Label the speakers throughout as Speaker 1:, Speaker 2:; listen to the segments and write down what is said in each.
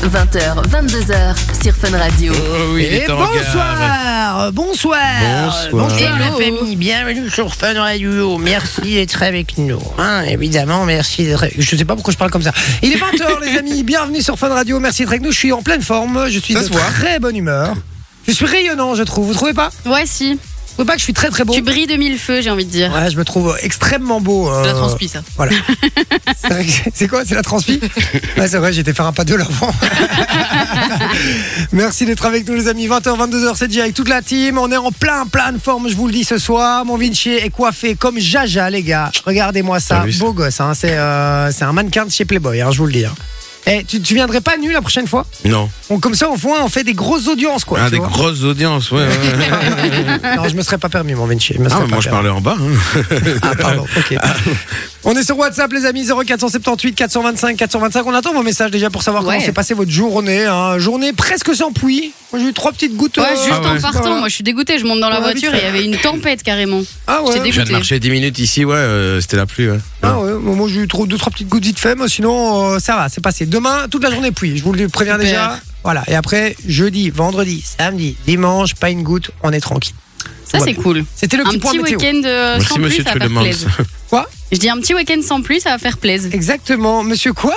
Speaker 1: 20h, 22h sur Fun Radio.
Speaker 2: Oh oui, il
Speaker 3: Et
Speaker 2: est en gare.
Speaker 3: bonsoir, bonsoir, bonsoir,
Speaker 2: Bonsoir.
Speaker 3: la famille, bienvenue sur Fun Radio, merci d'être avec nous, hein, évidemment, merci d'être avec Je sais pas pourquoi je parle comme ça. Il est 20h les amis, bienvenue sur Fun Radio, merci d'être avec nous, je suis en pleine forme, je suis
Speaker 2: Ça
Speaker 3: de
Speaker 2: se voit.
Speaker 3: très bonne humeur, je suis rayonnant je trouve, vous trouvez pas Vous
Speaker 4: Ouais, si.
Speaker 3: trouvez pas que je suis très très
Speaker 1: Oh.
Speaker 3: beau
Speaker 4: Tu brilles de mille feux, j'ai envie de dire.
Speaker 3: Ouais, je me trouve extrêmement beau. euh,
Speaker 5: Je la transpi, ça.
Speaker 3: Voilà. C'est vrai que c'est- C'est quoi C'est la transpi Ouais, c'est vrai, j'étais faire un pas de l'avant. Merci d'être avec nous, les amis. 20h, 22h, c'est DJ avec toute la team. On est en plein, plein de forme, je vous le dis ce soir. Mon Vinci est coiffé comme Jaja, les gars. Regardez-moi ça.
Speaker 2: T'as vu ça
Speaker 3: Beau gosse, hein. c'est euh, c'est un mannequin de chez Playboy, hein, je vous le dis. hein. Eh, tu, tu viendrais pas nu la prochaine fois
Speaker 2: Non,
Speaker 3: on, Comme ça, au fond, on fait des grosses audiences, quoi.
Speaker 2: ah,
Speaker 3: tu
Speaker 2: des
Speaker 3: vois.
Speaker 2: grosses audiences, ouais. ouais, ouais.
Speaker 3: non, je me serais pas permis, mon Vinci. je me
Speaker 2: Ah,
Speaker 3: serais
Speaker 2: mais
Speaker 3: pas
Speaker 2: moi je
Speaker 3: permis.
Speaker 2: parlais en bas. hein.
Speaker 3: Ah, pardon, ok. On est sur WhatsApp, les amis, 0478 425 425. On attend vos messages déjà pour savoir comment
Speaker 4: Ouais.
Speaker 3: s'est passée votre journée. hein. Journée presque sans pluie. Moi, j'ai eu trois petites gouttes.
Speaker 4: Ouais,
Speaker 3: euh,
Speaker 4: juste
Speaker 2: Ah ouais.
Speaker 4: en partant, moi je suis dégoûtée, je monte dans la
Speaker 3: Ouais,
Speaker 4: voiture et
Speaker 3: vite
Speaker 4: il y
Speaker 3: fait.
Speaker 4: avait une tempête carrément.
Speaker 3: Ah ouais.
Speaker 4: j'étais
Speaker 2: Je
Speaker 4: dégoûtée.
Speaker 2: viens de marcher 10 minutes ici, ouais, euh, c'était la pluie. ouais.
Speaker 3: Ah ouais, bon, moi j'ai eu trop, deux trois petites gouttes vite fait, mais sinon euh, ça va, c'est passé. Demain, toute la journée pluie, je vous le préviens
Speaker 5: Super.
Speaker 3: déjà. Voilà, et après, jeudi, vendredi, samedi, dimanche, pas une goutte, on est tranquille.
Speaker 4: Ça
Speaker 3: Ouais.
Speaker 4: c'est cool.
Speaker 3: C'était le
Speaker 4: Un
Speaker 3: petit, point
Speaker 4: petit
Speaker 3: météo.
Speaker 4: week-end euh, sans
Speaker 2: Merci
Speaker 4: pluie,
Speaker 2: monsieur,
Speaker 4: ça
Speaker 2: tu
Speaker 4: va
Speaker 2: le
Speaker 4: faire
Speaker 2: demandes.
Speaker 4: plaise. Je dis un petit week-end sans pluie, ça va faire plaise.
Speaker 3: Exactement, monsieur quoi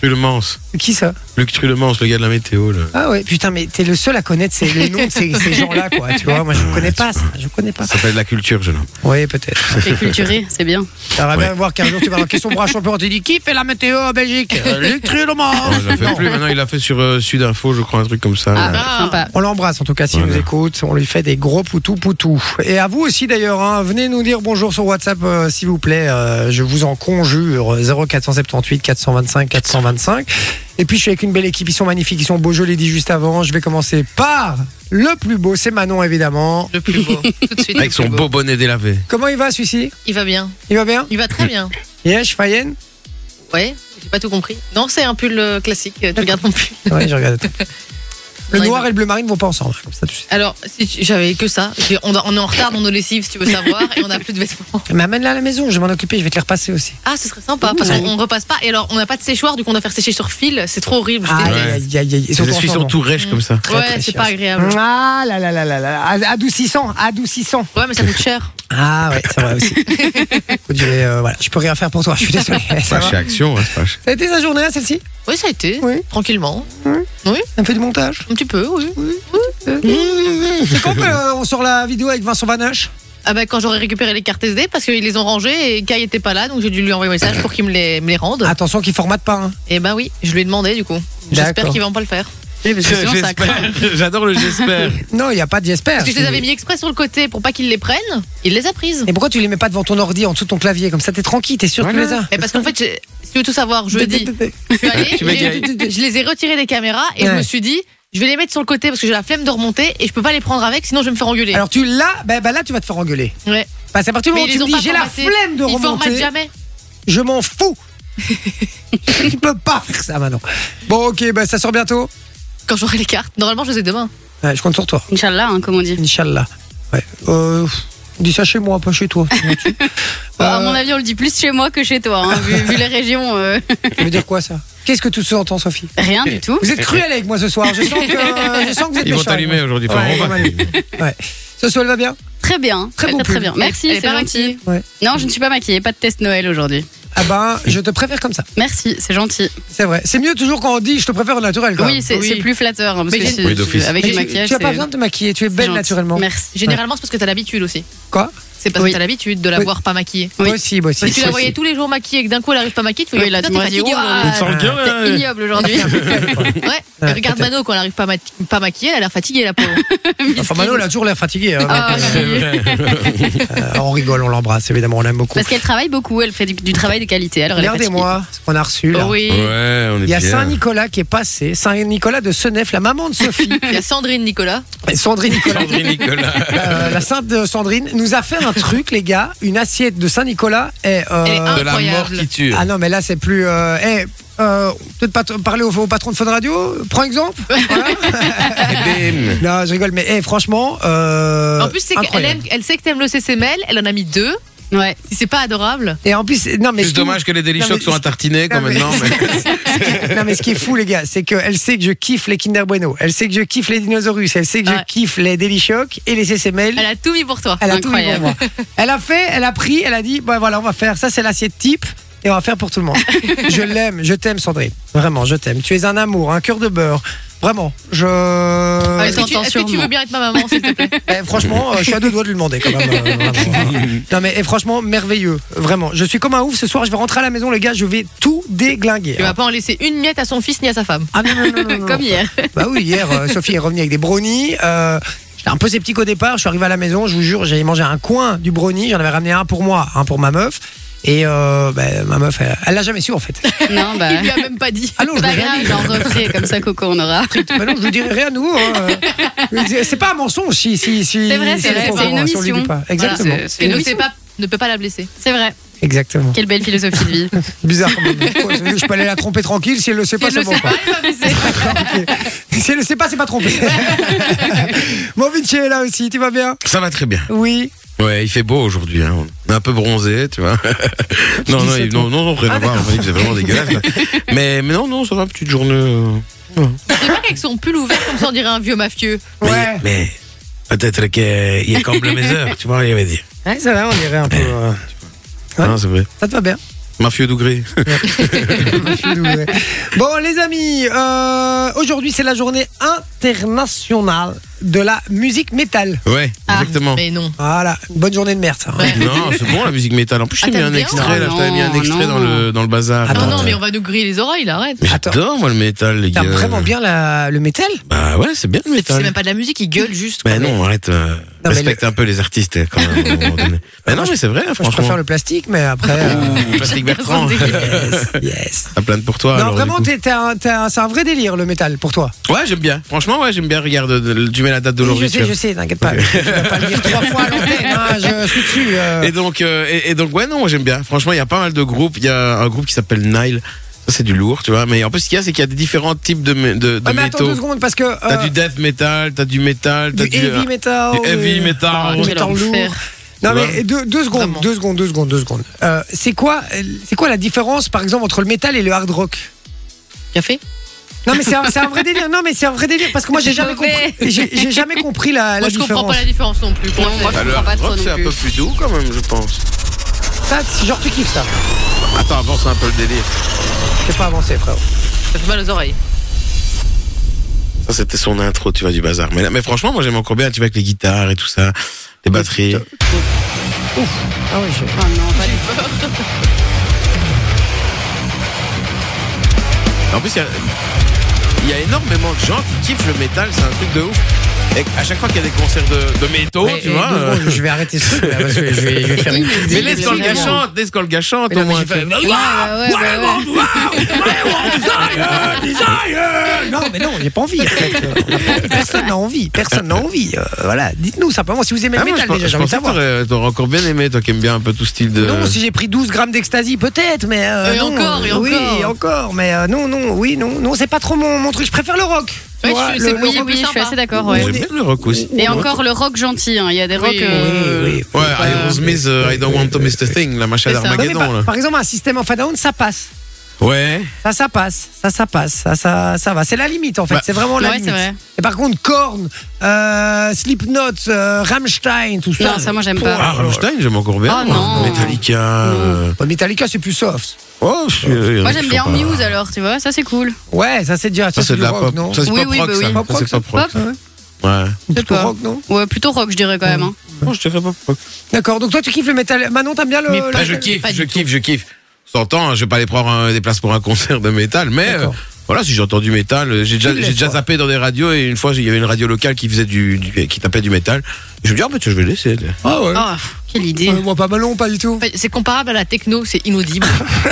Speaker 2: Trulemans.
Speaker 3: Qui ça
Speaker 2: Luc Trulemans, le gars de la météo. Là.
Speaker 3: Ah ouais, putain, mais t'es le seul à connaître ces, les noms de ces, ces gens-là, quoi. Tu vois, moi je connais pas ça, je connais pas.
Speaker 2: Ça s'appelle de la culture, jeune homme.
Speaker 3: Oui, peut-être.
Speaker 4: C'est culturé, c'est bien.
Speaker 3: T'aimerais
Speaker 2: Ouais.
Speaker 3: bien voir qu'un jour tu vas dans Question Bras Champion, tu dis qui fait la météo en Belgique Euh, Luc Trulemans.
Speaker 2: Oh, il l'a fait plus, maintenant il a fait sur euh, Sud Info, je crois, un truc comme ça.
Speaker 4: Ah,
Speaker 2: là.
Speaker 5: Ah.
Speaker 4: sympa.
Speaker 3: On l'embrasse en tout cas s'il
Speaker 2: Voilà.
Speaker 3: nous écoute, on lui fait des gros poutous poutous. Et à vous aussi d'ailleurs, hein, venez nous dire bonjour sur WhatsApp euh, s'il vous plaît, Euh, je vous en conjure, 0478 425 425. Et puis je suis avec une belle équipe, ils sont magnifiques, ils sont beaux, je l'ai dit juste avant, je vais commencer par le plus beau, c'est Manon évidemment.
Speaker 5: Le plus beau. Tout de suite.
Speaker 2: Avec
Speaker 5: le
Speaker 2: son
Speaker 5: plus
Speaker 2: beau bonnet délavé.
Speaker 3: Comment il va celui-ci
Speaker 5: Il va bien.
Speaker 3: Il va bien
Speaker 5: Il va très bien.
Speaker 3: Yes, Fayenne
Speaker 5: Ouais, j'ai pas tout compris. Non, c'est un pull euh, classique. euh, Tu regardes mon pull.
Speaker 3: Ouais, j'ai regardé. Le
Speaker 5: Non, il
Speaker 3: noir
Speaker 5: va-
Speaker 3: et le bleu marine vont pas ensemble, comme ça tu sais.
Speaker 5: Alors, si tu- j'avais que ça. J'ai- On, on est en retard dans nos lessives, si tu veux savoir, et on n'a plus de vêtements.
Speaker 3: Mais amène-la à la maison, je vais m'en occuper, je vais te les repasser aussi.
Speaker 5: Ah, ce serait sympa, parce
Speaker 3: Ouh.
Speaker 5: qu'on on repasse pas. Et alors, on n'a pas de séchoir, du coup, on doit faire sécher sur fil. C'est trop horrible. je déteste.
Speaker 2: ouais.
Speaker 3: aïe, aïe, aïe.
Speaker 2: Les essuies sont tout rêches comme ça.
Speaker 3: très, très
Speaker 5: Ah, ouais, c'est
Speaker 3: chiant,
Speaker 5: pas
Speaker 3: ça.
Speaker 5: agréable.
Speaker 3: Ah là là là là là, adoucissant, adoucissant.
Speaker 5: Ouais, mais ça coûte cher.
Speaker 3: Ah ouais, c'est vrai aussi. Écoute, je, vais, euh, voilà, je peux rien faire pour toi, je suis désolé. Ça,
Speaker 2: Pas
Speaker 3: va
Speaker 2: chez Action, hein, c'est pas chez-
Speaker 3: Ça a été sa journée là, celle-ci
Speaker 5: Oui, ça a été.
Speaker 3: Oui.
Speaker 5: Tranquillement.
Speaker 3: Ça me fait du montage.
Speaker 5: Un petit peu, oui.
Speaker 3: C'est quand qu'on sort la vidéo avec Vincent Vanoche
Speaker 5: Ah bah, quand j'aurais récupéré les cartes SD, parce qu'ils les ont rangées et Kai était pas là, donc j'ai dû lui envoyer un message pour qu'il me les, me les rende.
Speaker 3: Attention qu'il formate pas. hein.
Speaker 5: Et bah oui, je lui ai demandé du coup. J'espère
Speaker 3: D'accord.
Speaker 5: qu'ils vont pas le faire.
Speaker 4: Oui, parce que sinon, ça craint.
Speaker 2: J'espère. J'adore le j'espère.
Speaker 3: Non, il n'y a pas de j'espère.
Speaker 5: Parce que je les avais mis exprès sur le côté pour pas qu'ils les prennent. Il les a prises.
Speaker 3: Et pourquoi tu les mets pas devant ton ordi, en dessous de ton clavier Comme ça, t'es tranquille, t'es sûr que tu les as.
Speaker 5: Mais parce qu'en fait, j'ai- si tu veux tout savoir, jeudi, je suis allée,
Speaker 2: Tu m'as
Speaker 5: j'ai- je les ai retirés des caméras et je
Speaker 3: Ouais.
Speaker 5: me suis dit, je vais les mettre sur le côté parce que j'ai la flemme de remonter et je peux pas les prendre avec, sinon je vais me faire engueuler.
Speaker 3: Alors tu l'as, ben, ben là tu vas te faire engueuler.
Speaker 5: ouais.
Speaker 3: Bah, c'est à partir du moment où
Speaker 5: Mais ils
Speaker 3: tu
Speaker 5: les
Speaker 3: te
Speaker 5: ont
Speaker 3: dis
Speaker 5: pas
Speaker 3: j'ai la
Speaker 5: formatés.
Speaker 3: flemme de
Speaker 5: Ils formatent
Speaker 3: remonter,
Speaker 5: jamais.
Speaker 3: je m'en fous. tu peux pas faire ça maintenant. Bon, ok, bah, ça sort bientôt.
Speaker 5: Quand j'aurai les cartes, normalement je les ai demain.
Speaker 3: Ouais, je compte sur toi,
Speaker 4: Inch'Allah, hein, comme on dit.
Speaker 3: Inch'Allah. Ouais. Euh, dis ça chez moi, pas chez toi.
Speaker 4: Bah, à
Speaker 3: Euh,
Speaker 4: mon avis, on le dit plus chez moi que chez toi, hein, vu, vu les régions. euh,
Speaker 3: Ça veut dire quoi ça Qu'est-ce que tu entends, Sophie
Speaker 4: rien du tout.
Speaker 3: Vous êtes cruel avec moi ce soir. Je sens que, euh, je sens que vous êtes
Speaker 2: Ils vont
Speaker 3: méchants avec
Speaker 2: t'allumer
Speaker 3: moi.
Speaker 2: aujourd'hui.
Speaker 3: Ouais,
Speaker 2: Enfin, on
Speaker 3: ils
Speaker 2: va
Speaker 3: vont m'allumer. Ouais. Ce soir, elle va bien
Speaker 4: Très bien,
Speaker 3: Très bon pull.
Speaker 4: très bien. Merci,
Speaker 5: Elle est
Speaker 4: c'est
Speaker 5: pas
Speaker 4: gentil.
Speaker 3: Ouais.
Speaker 4: Non, je ne suis pas maquillée, pas de test Noël aujourd'hui.
Speaker 3: Ah ben, je te préfère comme ça.
Speaker 4: Merci, c'est gentil.
Speaker 3: C'est vrai. C'est mieux toujours quand on dit je te préfère au naturel. Quand
Speaker 4: Oui,
Speaker 3: même.
Speaker 4: c'est
Speaker 5: Oui.
Speaker 4: c'est plus flatteur. hein, parce
Speaker 5: Mais
Speaker 4: que
Speaker 5: j'ai-
Speaker 4: c'est-
Speaker 2: Oui, d'office.
Speaker 4: Avec
Speaker 3: Mais
Speaker 4: du
Speaker 3: tu-
Speaker 4: maquillage,
Speaker 3: Tu as pas
Speaker 4: c'est-
Speaker 3: besoin de te maquiller. Tu es
Speaker 4: c'est
Speaker 3: belle
Speaker 4: gentil.
Speaker 3: naturellement.
Speaker 4: Merci.
Speaker 5: Généralement, c'est parce que t'as l'habitude aussi.
Speaker 3: Quoi
Speaker 5: C'est parce
Speaker 4: Oui.
Speaker 5: que t'as l'habitude de la
Speaker 3: Oui.
Speaker 5: voir pas maquillée.
Speaker 4: Oui.
Speaker 3: Possible aussi.
Speaker 5: Si tu la voyais
Speaker 3: Possible.
Speaker 5: tous les jours maquillée et que d'un coup elle arrive pas maquillée, tu vas
Speaker 4: Oui, là,
Speaker 5: dire,
Speaker 4: tu
Speaker 5: Putain,
Speaker 4: m'aurais
Speaker 5: t'es
Speaker 4: dit,
Speaker 5: fatiguée
Speaker 4: Ouah,
Speaker 5: aujourd'hui.
Speaker 2: Sans le cœur,
Speaker 4: T'es
Speaker 2: ouais.
Speaker 4: ignoble aujourd'hui.
Speaker 5: Ouais,
Speaker 3: Ouais,
Speaker 5: mais regarde
Speaker 3: peut-être.
Speaker 5: Mano quand elle arrive pas, ma- pas maquillée, elle a l'air fatiguée la pauvre.
Speaker 3: Enfin, Manon, elle a toujours l'air fatiguée. hein.
Speaker 4: Ah,
Speaker 2: C'est vrai.
Speaker 3: Euh, on rigole, on l'embrasse, évidemment, on l'aime beaucoup.
Speaker 4: Parce qu'elle travaille beaucoup, elle fait du, du travail de qualité. Alors elle est
Speaker 3: Regardez-moi ce qu'on a reçu là.
Speaker 5: Oh Oui.
Speaker 2: Ouais, on est
Speaker 3: Il y a
Speaker 2: Eh bien.
Speaker 3: Saint-Nicolas qui est passé, Saint-Nicolas de Senef, la maman de Sophie,
Speaker 5: Il y a Sandrine Nicolas.
Speaker 3: et Sandrine Nicolas.
Speaker 2: Sandrine Nicolas.
Speaker 3: euh, la sainte de Sandrine nous a fait un truc, les gars, une assiette de Saint-Nicolas et. euh,
Speaker 5: Elle est
Speaker 2: De la mort qui tue.
Speaker 3: ah non, mais là, c'est plus. euh, eh, euh, Peut-être pas t- parler au, au patron de Fun Radio, prends exemple. Voilà.
Speaker 2: Eh ben,
Speaker 3: non, je rigole, mais eh, franchement. euh,
Speaker 5: en plus, c'est qu'elle
Speaker 3: incroyable.
Speaker 5: aime- elle sait que t'aimes le CCML, elle en a mis deux.
Speaker 4: Ouais.
Speaker 5: Si c'est pas adorable.
Speaker 3: Et en plus, non mais
Speaker 2: Plus
Speaker 3: ce qui-
Speaker 2: dommage que les Daily
Speaker 3: Non, mais-
Speaker 2: Shock soient tartinés
Speaker 3: Non,
Speaker 2: comme
Speaker 3: mais-
Speaker 2: maintenant. mais-
Speaker 3: non mais ce qui est fou les gars, c'est qu'elle sait que je kiffe les Kinder Bueno, elle sait que je kiffe les dinosaures, elle sait que
Speaker 5: Ouais.
Speaker 3: je kiffe les Daily Shock et les CCML.
Speaker 5: Elle a tout mis pour toi.
Speaker 3: Elle a
Speaker 4: Incroyable.
Speaker 3: tout mis pour moi. Elle a fait, elle a pris, elle a dit, bah voilà, on va faire, ça c'est l'assiette type. Et on va faire pour tout le monde. je l'aime, je t'aime Sandrine. Vraiment, je t'aime. Tu es un amour, un cœur de beurre. Vraiment, je...
Speaker 4: Ouais,
Speaker 5: Est-ce que, tu,
Speaker 4: t'entends
Speaker 5: est-ce que tu
Speaker 4: sûrement.
Speaker 5: veux bien être ma maman, s'il te plaît
Speaker 3: Eh, franchement, euh, je suis à deux doigts de lui demander quand même. euh, vraiment. non mais eh, franchement, merveilleux. Vraiment, je suis comme un ouf. Ce soir, je vais rentrer à la maison, les gars, je vais tout déglinguer.
Speaker 5: Tu vas pas en laisser une miette à son fils ni à sa femme.
Speaker 3: Ah non, non, non, non, non.
Speaker 4: Comme hier.
Speaker 3: Bah oui, hier, euh, Sophie est revenue avec des brownies. euh, J'étais un peu sceptique au départ. Je suis arrivé à la maison, je vous jure, j'avais mangé un coin du brownie. J'en avais ramené un pour moi, un pour ma meuf. Et euh, bah, ma meuf, elle, elle l'a jamais su en fait.
Speaker 4: Non, bah.
Speaker 5: Il lui a même pas dit.
Speaker 3: Allons, je
Speaker 4: Pas
Speaker 3: lui ai rien
Speaker 4: grave,
Speaker 3: dit.
Speaker 4: j'en refais, comme ça, Coco, on aura.
Speaker 3: Bah non, je vous dirai rien de nouveau. hein. C'est pas un mensonge si. si, si
Speaker 4: C'est vrai,
Speaker 3: si
Speaker 4: c'est
Speaker 3: elle
Speaker 4: vrai,
Speaker 3: comprend,
Speaker 4: c'est une
Speaker 3: hein, si on lui
Speaker 4: omission.
Speaker 3: dit pas. Exactement.
Speaker 4: Voilà, c'est- c'est
Speaker 5: Et
Speaker 4: une
Speaker 5: ne,
Speaker 4: omission.
Speaker 5: fais pas- ne peut pas la blesser.
Speaker 4: C'est vrai.
Speaker 3: Exactement.
Speaker 4: Quelle belle philosophie de vie.
Speaker 3: Bizarre quand même. Pourquoi Ça veut dire que je peux aller la tromper tranquille. Si elle le sait pas,
Speaker 5: Si elle
Speaker 3: c'est bon.
Speaker 5: le sait
Speaker 3: Quoi.
Speaker 5: pas, elle va blesser.
Speaker 3: Si elle le sait pas, c'est pas trompé. Mon Vinci est là aussi. Tu vas bien
Speaker 2: Ça va très bien.
Speaker 3: Oui.
Speaker 2: Ouais, il fait beau aujourd'hui. hein. On est un peu bronzé, tu vois. non,
Speaker 3: dis
Speaker 2: non,
Speaker 3: ça, Ah,
Speaker 2: il-
Speaker 3: toi
Speaker 2: non, non, non, rien à voir. On m'a dit que C'est vraiment dégueulasse. là. mais, mais non, non, ça va, petite journée. euh,
Speaker 5: Je sais pas qu'avec son pull ouvert, comme ça on dirait un vieux mafieux.
Speaker 2: mais-
Speaker 3: Ouais.
Speaker 2: Mais, peut-être qu'il y a comme le heures, tu vois, il avait dit.
Speaker 3: Ouais, c'est vrai, on dirait un peu. euh, Ouais.
Speaker 2: Non, c'est vrai.
Speaker 3: Ça te va bien.
Speaker 2: Mafieux d'Ougré.
Speaker 3: Je suis doué. bon, les amis, euh, aujourd'hui c'est la journée internationale de la musique métal.
Speaker 2: Ouais,
Speaker 4: Ah,
Speaker 2: exactement.
Speaker 5: Mais non.
Speaker 3: Voilà, bonne journée de merde. ça, hein.
Speaker 2: Non, c'est bon la musique métal. En plus, je
Speaker 5: Ah,
Speaker 2: t'ai mis
Speaker 5: t'aimes
Speaker 2: un
Speaker 5: bien
Speaker 2: extrait, là, je
Speaker 4: Ah,
Speaker 2: t'avais mis un
Speaker 4: non,
Speaker 2: extrait dans
Speaker 4: non.
Speaker 2: le, dans le bazar.
Speaker 3: Attends,
Speaker 5: Non, non,
Speaker 3: attends.
Speaker 5: mais on va nous griller les oreilles, là,
Speaker 2: Ah,
Speaker 5: arrête.
Speaker 2: bah, Mais
Speaker 3: Attends.
Speaker 2: J'adore, moi, le métal, les gars.
Speaker 3: T'aimes vraiment bien la- le métal
Speaker 2: Bah ouais, c'est bien le
Speaker 5: C'est
Speaker 2: métal.
Speaker 5: même pas de la musique, il gueule juste. quoi.
Speaker 2: Mais non, arrête. euh,
Speaker 3: mais
Speaker 2: respecte un peu les artistes, quand même. à un moment donné. Mais non, mais c'est vrai,
Speaker 3: Moi, Je préfère
Speaker 2: franchement.
Speaker 3: le plastique, mais après. euh,
Speaker 2: Ouh, Plastique Bertrand.
Speaker 3: yes, yes.
Speaker 2: T'as plein de pour toi.
Speaker 3: Ah, non,
Speaker 2: alors,
Speaker 3: vraiment,
Speaker 2: du coup.
Speaker 3: t'es- t'es un- t'es un- c'est un vrai délire le métal pour toi.
Speaker 2: Ouais, j'aime bien. Franchement, ouais, j'aime bien. Regarde, de- tu mets la date de
Speaker 3: Oui, je sais,
Speaker 2: l'origine.
Speaker 3: je sais, t'inquiète pas. Je vais pas le dire trois fois à l'antenne, hein, je suis dessus. euh.
Speaker 2: Et donc, euh, et, et donc, ouais, non, moi, j'aime bien. Franchement, il y a pas mal de groupes. Il y a un groupe qui s'appelle Nile. Ça, c'est du lourd, tu vois. Mais en plus, ce qu'il y a, c'est qu'il y a des différents types de, mé- de, de
Speaker 3: Ouais, Ah, mais attends deux
Speaker 2: métaux.
Speaker 3: secondes, parce que. euh,
Speaker 2: T'as du death metal, t'as du metal, t'as
Speaker 3: du
Speaker 2: du,
Speaker 3: heavy metal.
Speaker 2: du heavy
Speaker 3: euh,
Speaker 2: metal.
Speaker 3: du
Speaker 4: quel
Speaker 3: metal
Speaker 4: enfer.
Speaker 3: lourd. Non
Speaker 2: Tu vois
Speaker 3: mais deux, deux secondes,
Speaker 5: Vraiment.
Speaker 3: deux secondes, deux secondes, deux secondes. Euh, c'est quoi, c'est quoi la différence, par exemple, entre le métal et le hard rock
Speaker 5: Café
Speaker 3: Non mais c'est un, c'est un vrai délire. Non mais c'est un vrai délire parce que moi j'ai jamais
Speaker 4: Mauvais.
Speaker 3: compris, j'ai j'ai jamais compris la,
Speaker 5: Moi,
Speaker 3: la
Speaker 5: je comprends
Speaker 3: différence.
Speaker 5: pas la différence non plus.
Speaker 4: Non, moi, je
Speaker 2: Bah, le
Speaker 4: comprends pas
Speaker 2: hard
Speaker 4: trop
Speaker 2: rock,
Speaker 4: non
Speaker 2: c'est un peu
Speaker 4: plus.
Speaker 2: plus doux quand même, je pense.
Speaker 3: Ça, c'est genre tu kiffes ça.
Speaker 2: Attends, avance un peu le délire.
Speaker 3: J'ai pas avancé, frérot.
Speaker 5: Ça fait mal aux oreilles.
Speaker 2: Ça, c'était son intro, tu vois, du bazar. Mais, là- mais franchement, moi, j'aime encore bien, tu vois, avec les guitares et tout ça, les batteries.
Speaker 3: Ah oui. je-
Speaker 4: Oh non, pas du
Speaker 2: En plus, il y a- il y, a énormément de gens qui kiffent le métal, c'est un truc de ouf. Et à chaque fois qu'il y a des concerts de, de métaux,
Speaker 3: Mais,
Speaker 2: tu
Speaker 3: euh,
Speaker 2: vois.
Speaker 3: deux
Speaker 2: euh,
Speaker 3: secondes, je vais arrêter ce truc là, parce que je vais, je vais faire une.
Speaker 4: tout.
Speaker 2: Mais laisse quand le gars
Speaker 4: Vraiment.
Speaker 2: chante, laisse quand le gars chante,
Speaker 3: Mais non,
Speaker 2: au moins.
Speaker 3: mais j'ai
Speaker 2: tu vois.
Speaker 4: Ah, Ouais, ouais, ouais, ouais.
Speaker 3: euh, Non mais non, j'ai pas envie. en fait. Personne n'a envie. Personne n'a envie. Euh, voilà. Dites-nous simplement si vous aimez
Speaker 2: Ah,
Speaker 3: le
Speaker 2: moi,
Speaker 3: métal
Speaker 2: je,
Speaker 3: déjà.
Speaker 2: je
Speaker 3: J'ai envie de
Speaker 2: pensais que
Speaker 3: savoir.
Speaker 2: t'aurais- t'aurais encore bien aimé, toi qui aimes bien un peu tout style
Speaker 4: Euh,
Speaker 2: de.
Speaker 3: Non, si j'ai pris 12 grammes d'ecstasy, peut-être, mais. euh,
Speaker 5: Et
Speaker 3: non,
Speaker 5: encore, et
Speaker 3: oui,
Speaker 5: encore.
Speaker 3: et encore, mais euh, non, non, oui, non, non, c'est pas trop mon, mon truc, je préfère le rock. Tu
Speaker 5: Ouais,
Speaker 3: vois,
Speaker 5: je suis-
Speaker 3: le-
Speaker 5: c'est
Speaker 3: le
Speaker 4: Oui,
Speaker 5: rock
Speaker 4: oui,
Speaker 5: est
Speaker 4: je suis
Speaker 5: sympa.
Speaker 4: assez d'accord.
Speaker 2: Ouais.
Speaker 4: ouais.
Speaker 2: J'aime bien le rock aussi.
Speaker 4: Et encore le rock gentil, hein. il y a des
Speaker 5: Oui,
Speaker 4: rocks. euh,
Speaker 3: Oui, oui.
Speaker 2: Ouais,
Speaker 3: Pas-
Speaker 2: Iron Smith, euh, I don't want to miss a thing, la machin
Speaker 5: C'est ça.
Speaker 3: Non, mais par,
Speaker 2: d'Armageddon, là.
Speaker 3: par exemple, un système en down, ça passe.
Speaker 2: Ouais.
Speaker 3: Ça, ça passe. Ça, ça passe. Ça, ça, ça va. C'est la limite, en fait.
Speaker 2: Bah,
Speaker 3: c'est vraiment la
Speaker 4: ouais,
Speaker 3: limite.
Speaker 4: c'est vrai.
Speaker 3: Et par contre, Korn, euh, Slipknot, euh, Rammstein, tout ça.
Speaker 4: Non, ça, moi, j'aime pas.
Speaker 2: Ah, Rammstein, j'aime encore bien.
Speaker 4: Ah, non.
Speaker 2: Metallica. euh,
Speaker 3: Ouais, Metallica, c'est plus soft.
Speaker 2: Oh, je suis- euh,
Speaker 4: Moi
Speaker 2: je
Speaker 4: j'aime
Speaker 2: suis
Speaker 4: bien
Speaker 2: pas-
Speaker 4: Muse alors, tu vois, ça c'est cool.
Speaker 3: Ouais, ça, c'est déjà.
Speaker 2: Ça, c'est
Speaker 3: du
Speaker 2: de la
Speaker 3: rock,
Speaker 2: pop.
Speaker 3: non
Speaker 2: Ça, c'est
Speaker 4: Oui,
Speaker 2: pas
Speaker 4: oui,
Speaker 2: rock,
Speaker 4: bah
Speaker 2: ça.
Speaker 4: oui.
Speaker 2: Ça,
Speaker 3: Pop rock,
Speaker 2: c'est pas
Speaker 3: ça.
Speaker 2: rock.
Speaker 4: Pop
Speaker 2: Ouais.
Speaker 3: C'est
Speaker 4: Je sais
Speaker 3: plutôt
Speaker 4: pas.
Speaker 3: rock, non
Speaker 4: Ouais, plutôt rock, je dirais quand même. hein.
Speaker 2: Non, je te fais pas pop.
Speaker 3: D'accord. Donc, toi, tu kiffes le métal. Manon, t'aimes bien le.
Speaker 5: Mais
Speaker 3: le-
Speaker 5: pas-
Speaker 2: je
Speaker 5: du-
Speaker 2: kiffe,
Speaker 5: pas
Speaker 2: Bah, je
Speaker 5: du
Speaker 2: kiffe, je kiffe. On s'entend, hein, je vais pas aller prendre un- des places pour un concert de métal, mais
Speaker 3: D'accord.
Speaker 2: euh, voilà, si j'entends du métal, euh, j'ai déjà,
Speaker 3: le laisses,
Speaker 2: j'ai déjà
Speaker 3: toi.
Speaker 2: zappé dans des radios et une fois, il y avait une radio locale qui faisait du, du- qui tapait du métal. Et je me dis, ah, bah, tiens, je vais laisser.
Speaker 3: Ah ouais.
Speaker 5: Ah,
Speaker 4: Quelle idée.
Speaker 3: Ouais, moi, pas Manon, pas du tout.
Speaker 5: Enfin, C'est comparable à la techno, c'est inaudible.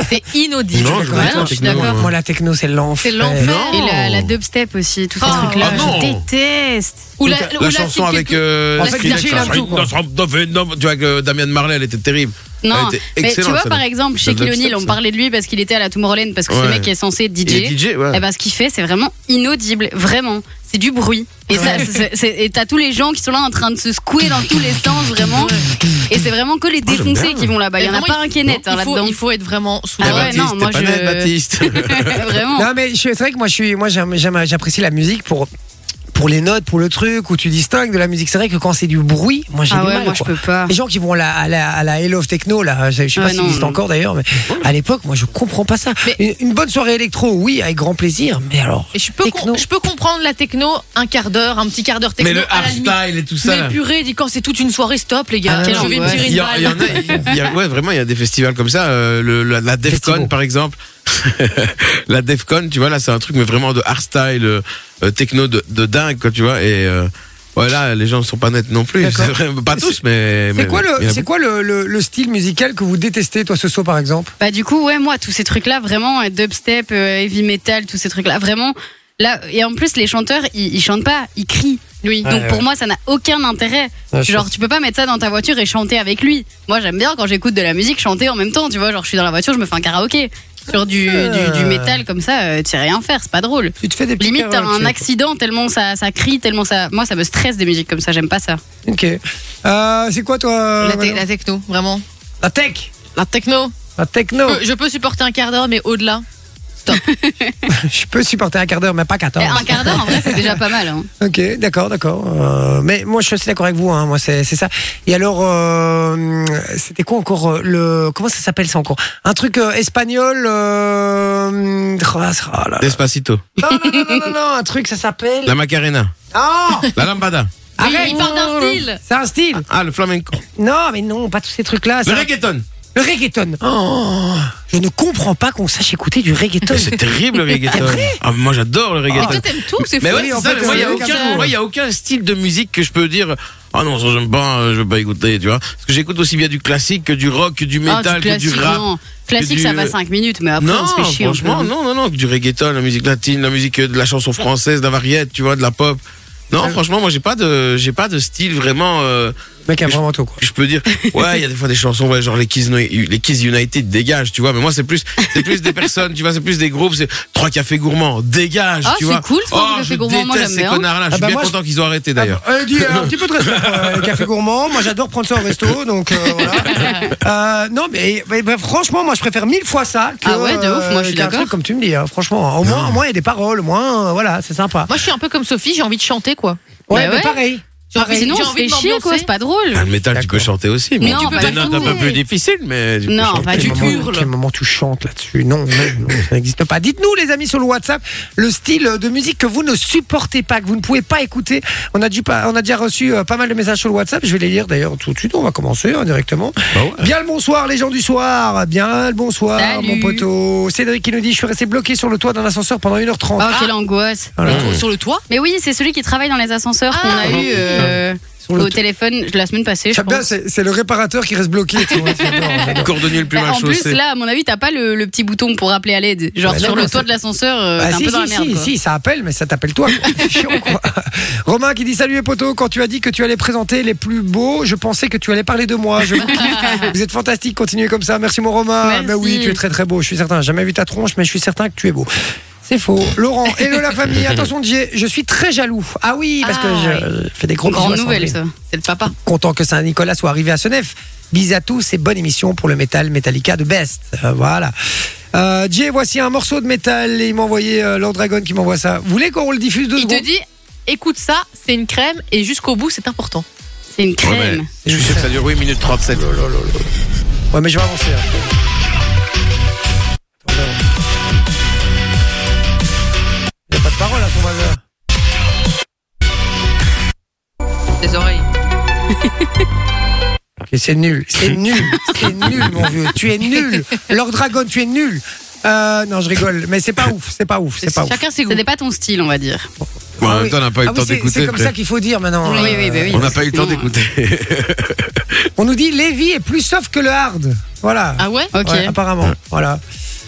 Speaker 5: c'est inaudible.
Speaker 2: Non, je
Speaker 5: Ouais,
Speaker 2: veux pas
Speaker 4: Ah,
Speaker 5: non,
Speaker 2: dire
Speaker 5: je suis
Speaker 2: techno,
Speaker 5: d'accord.
Speaker 2: hein.
Speaker 3: Moi, la techno, c'est l'enfer.
Speaker 5: C'est l'enfer.
Speaker 2: Non.
Speaker 4: Et la, la dubstep aussi, tous ces
Speaker 5: Oh.
Speaker 4: trucs-là,
Speaker 2: Ah, non.
Speaker 4: je déteste.
Speaker 5: Ou
Speaker 2: la,
Speaker 5: ou
Speaker 2: chanson
Speaker 5: petite
Speaker 2: avec
Speaker 5: quelque-
Speaker 2: euh,
Speaker 5: la
Speaker 2: Skrillex,
Speaker 5: Skrillex,
Speaker 2: là,
Speaker 5: il aime
Speaker 3: tout, quoi.
Speaker 2: tu vois que Damien Marley, elle était terrible.
Speaker 4: Non,
Speaker 2: Elle était
Speaker 4: mais tu
Speaker 2: excellente,
Speaker 4: vois
Speaker 2: celle-là.
Speaker 4: par exemple, chez
Speaker 2: dubstep,
Speaker 4: O'Neal, on
Speaker 2: ça.
Speaker 4: parlait de lui parce qu'il était à la Tomorrowland, parce que ce
Speaker 2: Ouais.
Speaker 4: mec est censé être Eh
Speaker 2: Il est
Speaker 4: DJ.
Speaker 2: DJ, ouais.
Speaker 4: Et ben ce qu'il fait, c'est vraiment inaudible, vraiment. c'est du bruit. Et ça,
Speaker 3: Ouais.
Speaker 4: c'est- c'est- et t'as tous les gens qui sont là en train de se secouer dans tous les sens, vraiment. Et c'est vraiment que les
Speaker 2: Moi, j'aime
Speaker 4: défoncés
Speaker 2: bien.
Speaker 4: qui vont là-bas. euh, Il y en
Speaker 5: Mais
Speaker 4: a
Speaker 5: vraiment,
Speaker 4: pas un qui est net hein,
Speaker 5: il, faut,
Speaker 4: là-dedans.
Speaker 5: il faut être vraiment
Speaker 4: Ah
Speaker 5: souvent.
Speaker 2: Eh,
Speaker 4: ouais,
Speaker 2: Baptiste,
Speaker 4: non,
Speaker 2: t'es
Speaker 4: moi,
Speaker 2: pas
Speaker 4: je-
Speaker 2: net, Baptiste.
Speaker 4: Vraiment.
Speaker 3: Non, mais je- c'est vrai que moi, je suis, moi, j'aime, j'aime- j'apprécie la musique pour pour les notes, pour le truc où tu distingues de la musique. C'est vrai que quand c'est du bruit, moi, j'ai
Speaker 4: Ah
Speaker 3: du
Speaker 4: ouais,
Speaker 3: mal.
Speaker 4: moi je
Speaker 3: quoi.
Speaker 4: peux pas. Ah
Speaker 3: Les gens qui vont à la, à la, à la Hell of Techno, là, je je sais pas
Speaker 4: Ouais,
Speaker 3: s'ils
Speaker 4: non,
Speaker 3: existent
Speaker 4: non.
Speaker 3: encore d'ailleurs, mais à l'époque, moi, je comprends pas ça.
Speaker 5: Mais-
Speaker 3: Une, une bonne soirée électro, oui, avec grand plaisir, mais alors.
Speaker 5: Et je peux,
Speaker 3: Techno.
Speaker 5: con- je peux comprendre la techno un quart d'heure, un petit quart d'heure techno.
Speaker 2: Mais le
Speaker 5: à la limite.
Speaker 2: hardstyle et tout ça.
Speaker 5: Mais
Speaker 2: là.
Speaker 5: purée, dit quand c'est toute une soirée, stop les gars.
Speaker 4: Ah,
Speaker 5: je
Speaker 4: non,
Speaker 5: vais me
Speaker 4: ouais.
Speaker 5: tirer
Speaker 2: Il
Speaker 5: une
Speaker 2: y, a- il y en
Speaker 5: balle.
Speaker 2: a, il y a- ouais, vraiment, il y a des festivals comme ça. euh, le- la, la Defcon,
Speaker 3: Festival.
Speaker 2: par exemple. la Defcon, tu vois, là, c'est un truc, mais vraiment de hardstyle, euh, euh, techno de, de dingue, quoi, tu vois. Et euh, voilà, les gens ne sont pas nets non plus.
Speaker 3: D'accord.
Speaker 2: C'est vrai, pas tous, mais. mais-
Speaker 3: C'est quoi,
Speaker 2: il y
Speaker 3: le,
Speaker 2: en a
Speaker 3: c'est quoi le, le- le style musical que vous détestez, toi, ce saut par exemple
Speaker 4: Bah du coup ouais moi tous ces trucs là vraiment euh, dubstep, euh, heavy metal, tous ces trucs là vraiment là et en plus les chanteurs ils, ils chantent pas, ils crient. Oui. Donc
Speaker 3: ouais.
Speaker 4: pour moi ça n'a aucun intérêt.
Speaker 3: Ouais, je
Speaker 4: genre tu peux pas mettre ça dans ta voiture et chanter avec lui. Moi j'aime bien quand j'écoute de la musique chanter en même temps, tu vois, genre je suis dans la voiture, je me fais un karaoké. Sur du, du,
Speaker 3: Ah.
Speaker 4: du métal comme ça, euh, tu sais rien faire, c'est pas drôle.
Speaker 3: Tu te fais des petits
Speaker 4: Limite, t'as
Speaker 3: karaokés,
Speaker 4: un
Speaker 3: quoi.
Speaker 4: accident tellement ça, ça crie, tellement ça. Moi, ça me stresse des musiques comme ça, j'aime pas ça.
Speaker 3: Ok. Euh, c'est quoi, toi
Speaker 5: La, te-
Speaker 3: Manon
Speaker 5: la techno, vraiment.
Speaker 3: La tech
Speaker 5: La techno.
Speaker 3: La techno
Speaker 5: Euh, je peux supporter un quart d'heure, mais au-delà.
Speaker 3: Je peux supporter un quart d'heure, mais pas 14.
Speaker 4: Eh, un quart d'heure, en vrai, c'est déjà pas mal. hein.
Speaker 3: Ok, d'accord, d'accord. Euh, mais moi, je suis assez d'accord avec vous. Hein, moi, c'est c'est ça. Et alors, euh, c'était quoi encore euh, le Comment ça s'appelle ça encore Un truc euh, espagnol. Euh... oh là là.
Speaker 2: Despacito.
Speaker 3: Non, non, non, non, non, non, un truc, ça s'appelle.
Speaker 2: La Macarena.
Speaker 3: Ah
Speaker 2: La Lambada.
Speaker 3: Arrête
Speaker 5: il parle d'un style.
Speaker 3: C'est un style.
Speaker 2: Ah, le flamenco.
Speaker 3: Non, mais non, pas tous ces trucs-là.
Speaker 2: Le
Speaker 3: c'est un-
Speaker 2: reggaeton.
Speaker 3: Le reggaeton. Oh, je ne comprends pas qu'on sache écouter du reggaeton.
Speaker 2: Mais C'est terrible le reggaeton. Ah, moi j'adore le reggaeton.
Speaker 5: Toi, t'aimes tout, c'est fou.
Speaker 2: mais
Speaker 3: fou.
Speaker 2: ouais,
Speaker 3: Oui,
Speaker 2: c'est
Speaker 3: en
Speaker 2: ça,
Speaker 3: fait,
Speaker 2: mais moi,
Speaker 3: c'est
Speaker 2: il y a
Speaker 3: vrai qu'à
Speaker 2: aucun,
Speaker 3: ça.
Speaker 2: moi, il y a aucun style de musique que je peux dire. Ah non, ça j'aime pas, euh, je veux pas écouter, tu vois. Parce que j'écoute aussi bien du classique que du rock, que du
Speaker 4: Ah,
Speaker 2: métal, que du
Speaker 4: classique,
Speaker 2: rap.
Speaker 4: non. Classique,
Speaker 2: du-
Speaker 4: ça va 5 minutes, mais après,
Speaker 2: Non,
Speaker 4: on se fait chier. un peu.
Speaker 2: franchement, non, non, non, que du reggaeton, la musique latine, la musique euh, de la chanson française, de la variette, tu vois, de la pop. Non, franchement, moi j'ai pas de, j'ai pas de style vraiment. euh,
Speaker 3: Le Mec, a vraiment tout quoi.
Speaker 2: je peux dire ouais il y a des fois des chansons ouais, genre les Kids No- les Kids United dégage tu vois mais moi c'est plus c'est plus des personnes tu vois c'est plus des groupes c'est trois cafés gourmands dégage
Speaker 4: Ah,
Speaker 2: tu
Speaker 4: c'est
Speaker 2: vois
Speaker 4: cool, Trois
Speaker 2: oh,
Speaker 4: Cafés
Speaker 2: je
Speaker 4: Gourmands, moi,
Speaker 2: déteste
Speaker 4: j'aime
Speaker 2: ces
Speaker 4: bien.
Speaker 2: connards là je
Speaker 3: Ah
Speaker 2: suis
Speaker 3: bah,
Speaker 2: bien
Speaker 3: moi, je-
Speaker 2: content qu'ils ont arrêté d'ailleurs
Speaker 3: Ah, euh, dis, euh, un petit peu de respect pour euh, les cafés gourmands. Moi, j'adore prendre ça au resto, donc euh, voilà. Euh, non, mais, mais- mais franchement, moi, je préfère mille fois ça que euh,
Speaker 4: Ah ouais, de ouf, moi, je suis
Speaker 3: qu'un
Speaker 4: d'accord.
Speaker 3: truc Comme tu me dis, hein, franchement, au moins, au moins, il y a des paroles, au moins, euh, voilà, c'est sympa.
Speaker 5: Moi, je suis un peu comme Sophie, j'ai envie de chanter, quoi.
Speaker 3: Ouais,
Speaker 4: Bah
Speaker 3: mais
Speaker 4: ouais.
Speaker 3: pareil.
Speaker 5: J'ai envie-
Speaker 4: Sinon,
Speaker 5: j'ai
Speaker 4: on se fait
Speaker 5: envie de
Speaker 4: chier, quoi,
Speaker 5: m'ambiancer.
Speaker 4: c'est pas drôle.
Speaker 2: Ah, le métal tu peux
Speaker 3: D'accord.
Speaker 2: chanter
Speaker 4: bah,
Speaker 2: aussi
Speaker 4: Mais
Speaker 2: mais
Speaker 4: non,
Speaker 2: tu
Speaker 4: pas
Speaker 2: peux des
Speaker 4: du
Speaker 2: notes
Speaker 4: tout.
Speaker 2: un peu plus difficiles mais tu peux
Speaker 4: Non,
Speaker 2: chanter.
Speaker 4: pas
Speaker 3: À
Speaker 4: du
Speaker 3: quel
Speaker 5: tu
Speaker 3: moment-
Speaker 5: hurles.
Speaker 3: à quel moment tu chantes là-dessus non, non, non, ça n'existe pas. Dites-nous, les amis, sur le WhatsApp, le style de musique que vous ne supportez pas, que vous ne pouvez pas écouter. On a, dû pas, on a déjà reçu euh, pas mal de messages sur le WhatsApp. Je vais les lire d'ailleurs tout de suite. On va commencer hein, directement.
Speaker 2: Bah ouais.
Speaker 3: Bien le bonsoir, les gens du soir. Bien le bonsoir,
Speaker 4: Salut.
Speaker 3: mon poteau. Cédric qui nous dit Je suis resté bloqué sur le toit d'un ascenseur pendant 1h30.
Speaker 4: Oh, quelle angoisse.
Speaker 3: Voilà.
Speaker 5: Sur- Sur le toit
Speaker 4: Mais oui, c'est celui qui travaille dans les ascenseurs qu'on
Speaker 5: Ah.
Speaker 4: a eu euh,
Speaker 3: Sur le
Speaker 4: au
Speaker 3: toit.
Speaker 4: téléphone la semaine passée. Je
Speaker 3: J'aime bien,
Speaker 4: pense.
Speaker 3: c'est c'est le réparateur qui reste bloqué. tu vois, j'adore,
Speaker 2: Le
Speaker 3: j'adore.
Speaker 2: cordonnier le plus
Speaker 4: Bah,
Speaker 2: mal
Speaker 4: en plus,
Speaker 2: chaussé
Speaker 4: là, à mon avis, t'as pas le, le petit bouton pour appeler à l'aide. Genre
Speaker 3: Ouais,
Speaker 4: sur
Speaker 3: Bah, non,
Speaker 4: le
Speaker 3: non,
Speaker 4: toit de l'ascenseur, euh,
Speaker 3: Ah,
Speaker 4: t'es un
Speaker 3: si,
Speaker 4: peu dans la
Speaker 3: si,
Speaker 4: merde.
Speaker 3: si,
Speaker 4: quoi.
Speaker 3: si, ça appelle, mais ça t'appelle toi. quoi. C'est chiant, quoi. Romain qui dit Salut les potos, quand tu as dit que tu allais présenter les plus beaux, je pensais que tu allais parler de moi. Je vous, kiffe. Vous êtes fantastique, continuez comme ça. Merci mon Romain.
Speaker 4: Merci.
Speaker 3: Mais oui, tu es très très beau, je suis certain. J'ai Jamais vu ta tronche, mais je suis certain que tu es beau. C'est faux. Laurent, hello la famille, attention DJ, je suis très jaloux. Ah oui, parce
Speaker 5: Ah,
Speaker 3: que je fais des gros bisous à
Speaker 4: Grande
Speaker 3: Sandrine.
Speaker 4: nouvelle, ça.
Speaker 5: C'est le papa.
Speaker 3: Content que Saint-Nicolas soit arrivé à Senef. Bis à tous et bonne émission pour le métal Metallica de Best. Euh, voilà. Euh, Jay, voici un morceau de métal et il m'a envoyé euh, Lord Dragon qui m'envoie ça. Vous voulez qu'on le diffuse deux
Speaker 5: Il te
Speaker 3: secondes
Speaker 5: dit, écoute ça, c'est une crème et jusqu'au bout, c'est important.
Speaker 4: C'est une crème.
Speaker 2: Ouais, mais je suis sûr que ça dure 8 minutes 37
Speaker 3: Oh Ouais, mais je vais avancer. hein. Attends, on verra. Il n'y a pas de parole à ton bazar.
Speaker 5: Les oreilles.
Speaker 3: Ok, c'est nul, c'est nul, c'est nul, mon vieux. Tu es nul. Lord Dragon, tu es nul. Euh, non, je rigole, mais c'est pas ouf, c'est pas ouf, c'est pas ouf.
Speaker 5: Chacun ses goûts.
Speaker 4: C'était pas ton style, on va dire.
Speaker 2: Bon, en
Speaker 3: Ah
Speaker 2: même
Speaker 3: oui.
Speaker 2: temps on n'a pas eu
Speaker 3: Ah
Speaker 2: le temps
Speaker 3: oui, c'est-
Speaker 2: d'écouter
Speaker 3: C'est comme
Speaker 2: après.
Speaker 3: ça qu'il faut dire maintenant.
Speaker 4: Oui,
Speaker 3: euh,
Speaker 4: oui, bah oui.
Speaker 2: on n'a pas eu le temps
Speaker 4: Non.
Speaker 2: d'écouter
Speaker 3: On nous dit Lévi est plus soft que le hard. Voilà.
Speaker 5: Ah ouais
Speaker 4: Ok.
Speaker 3: Ouais, apparemment. Voilà.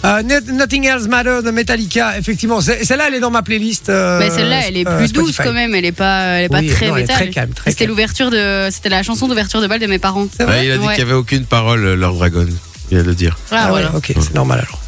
Speaker 3: Euh, Not- Nothing Else Matter de Metallica, effectivement. C'est- Celle-là, elle est dans ma playlist. euh,
Speaker 4: Mais celle-là, elle est
Speaker 3: euh,
Speaker 4: plus douce
Speaker 3: Spotify.
Speaker 4: quand même. Elle est pas, elle est pas
Speaker 3: Oui,
Speaker 4: très
Speaker 3: non, elle est
Speaker 4: métal.
Speaker 3: très calme, très
Speaker 4: C'était
Speaker 3: calme.
Speaker 4: l'ouverture de, c'était la chanson d'ouverture de bal de mes parents.
Speaker 3: C'est vrai
Speaker 2: Ouais, Ah, il a dit
Speaker 4: Ouais.
Speaker 2: qu'il y avait aucune parole euh, Lord Dragon il vient de le dire
Speaker 5: Ah,
Speaker 3: Ah ouais,
Speaker 5: voilà.
Speaker 3: ok, c'est normal alors.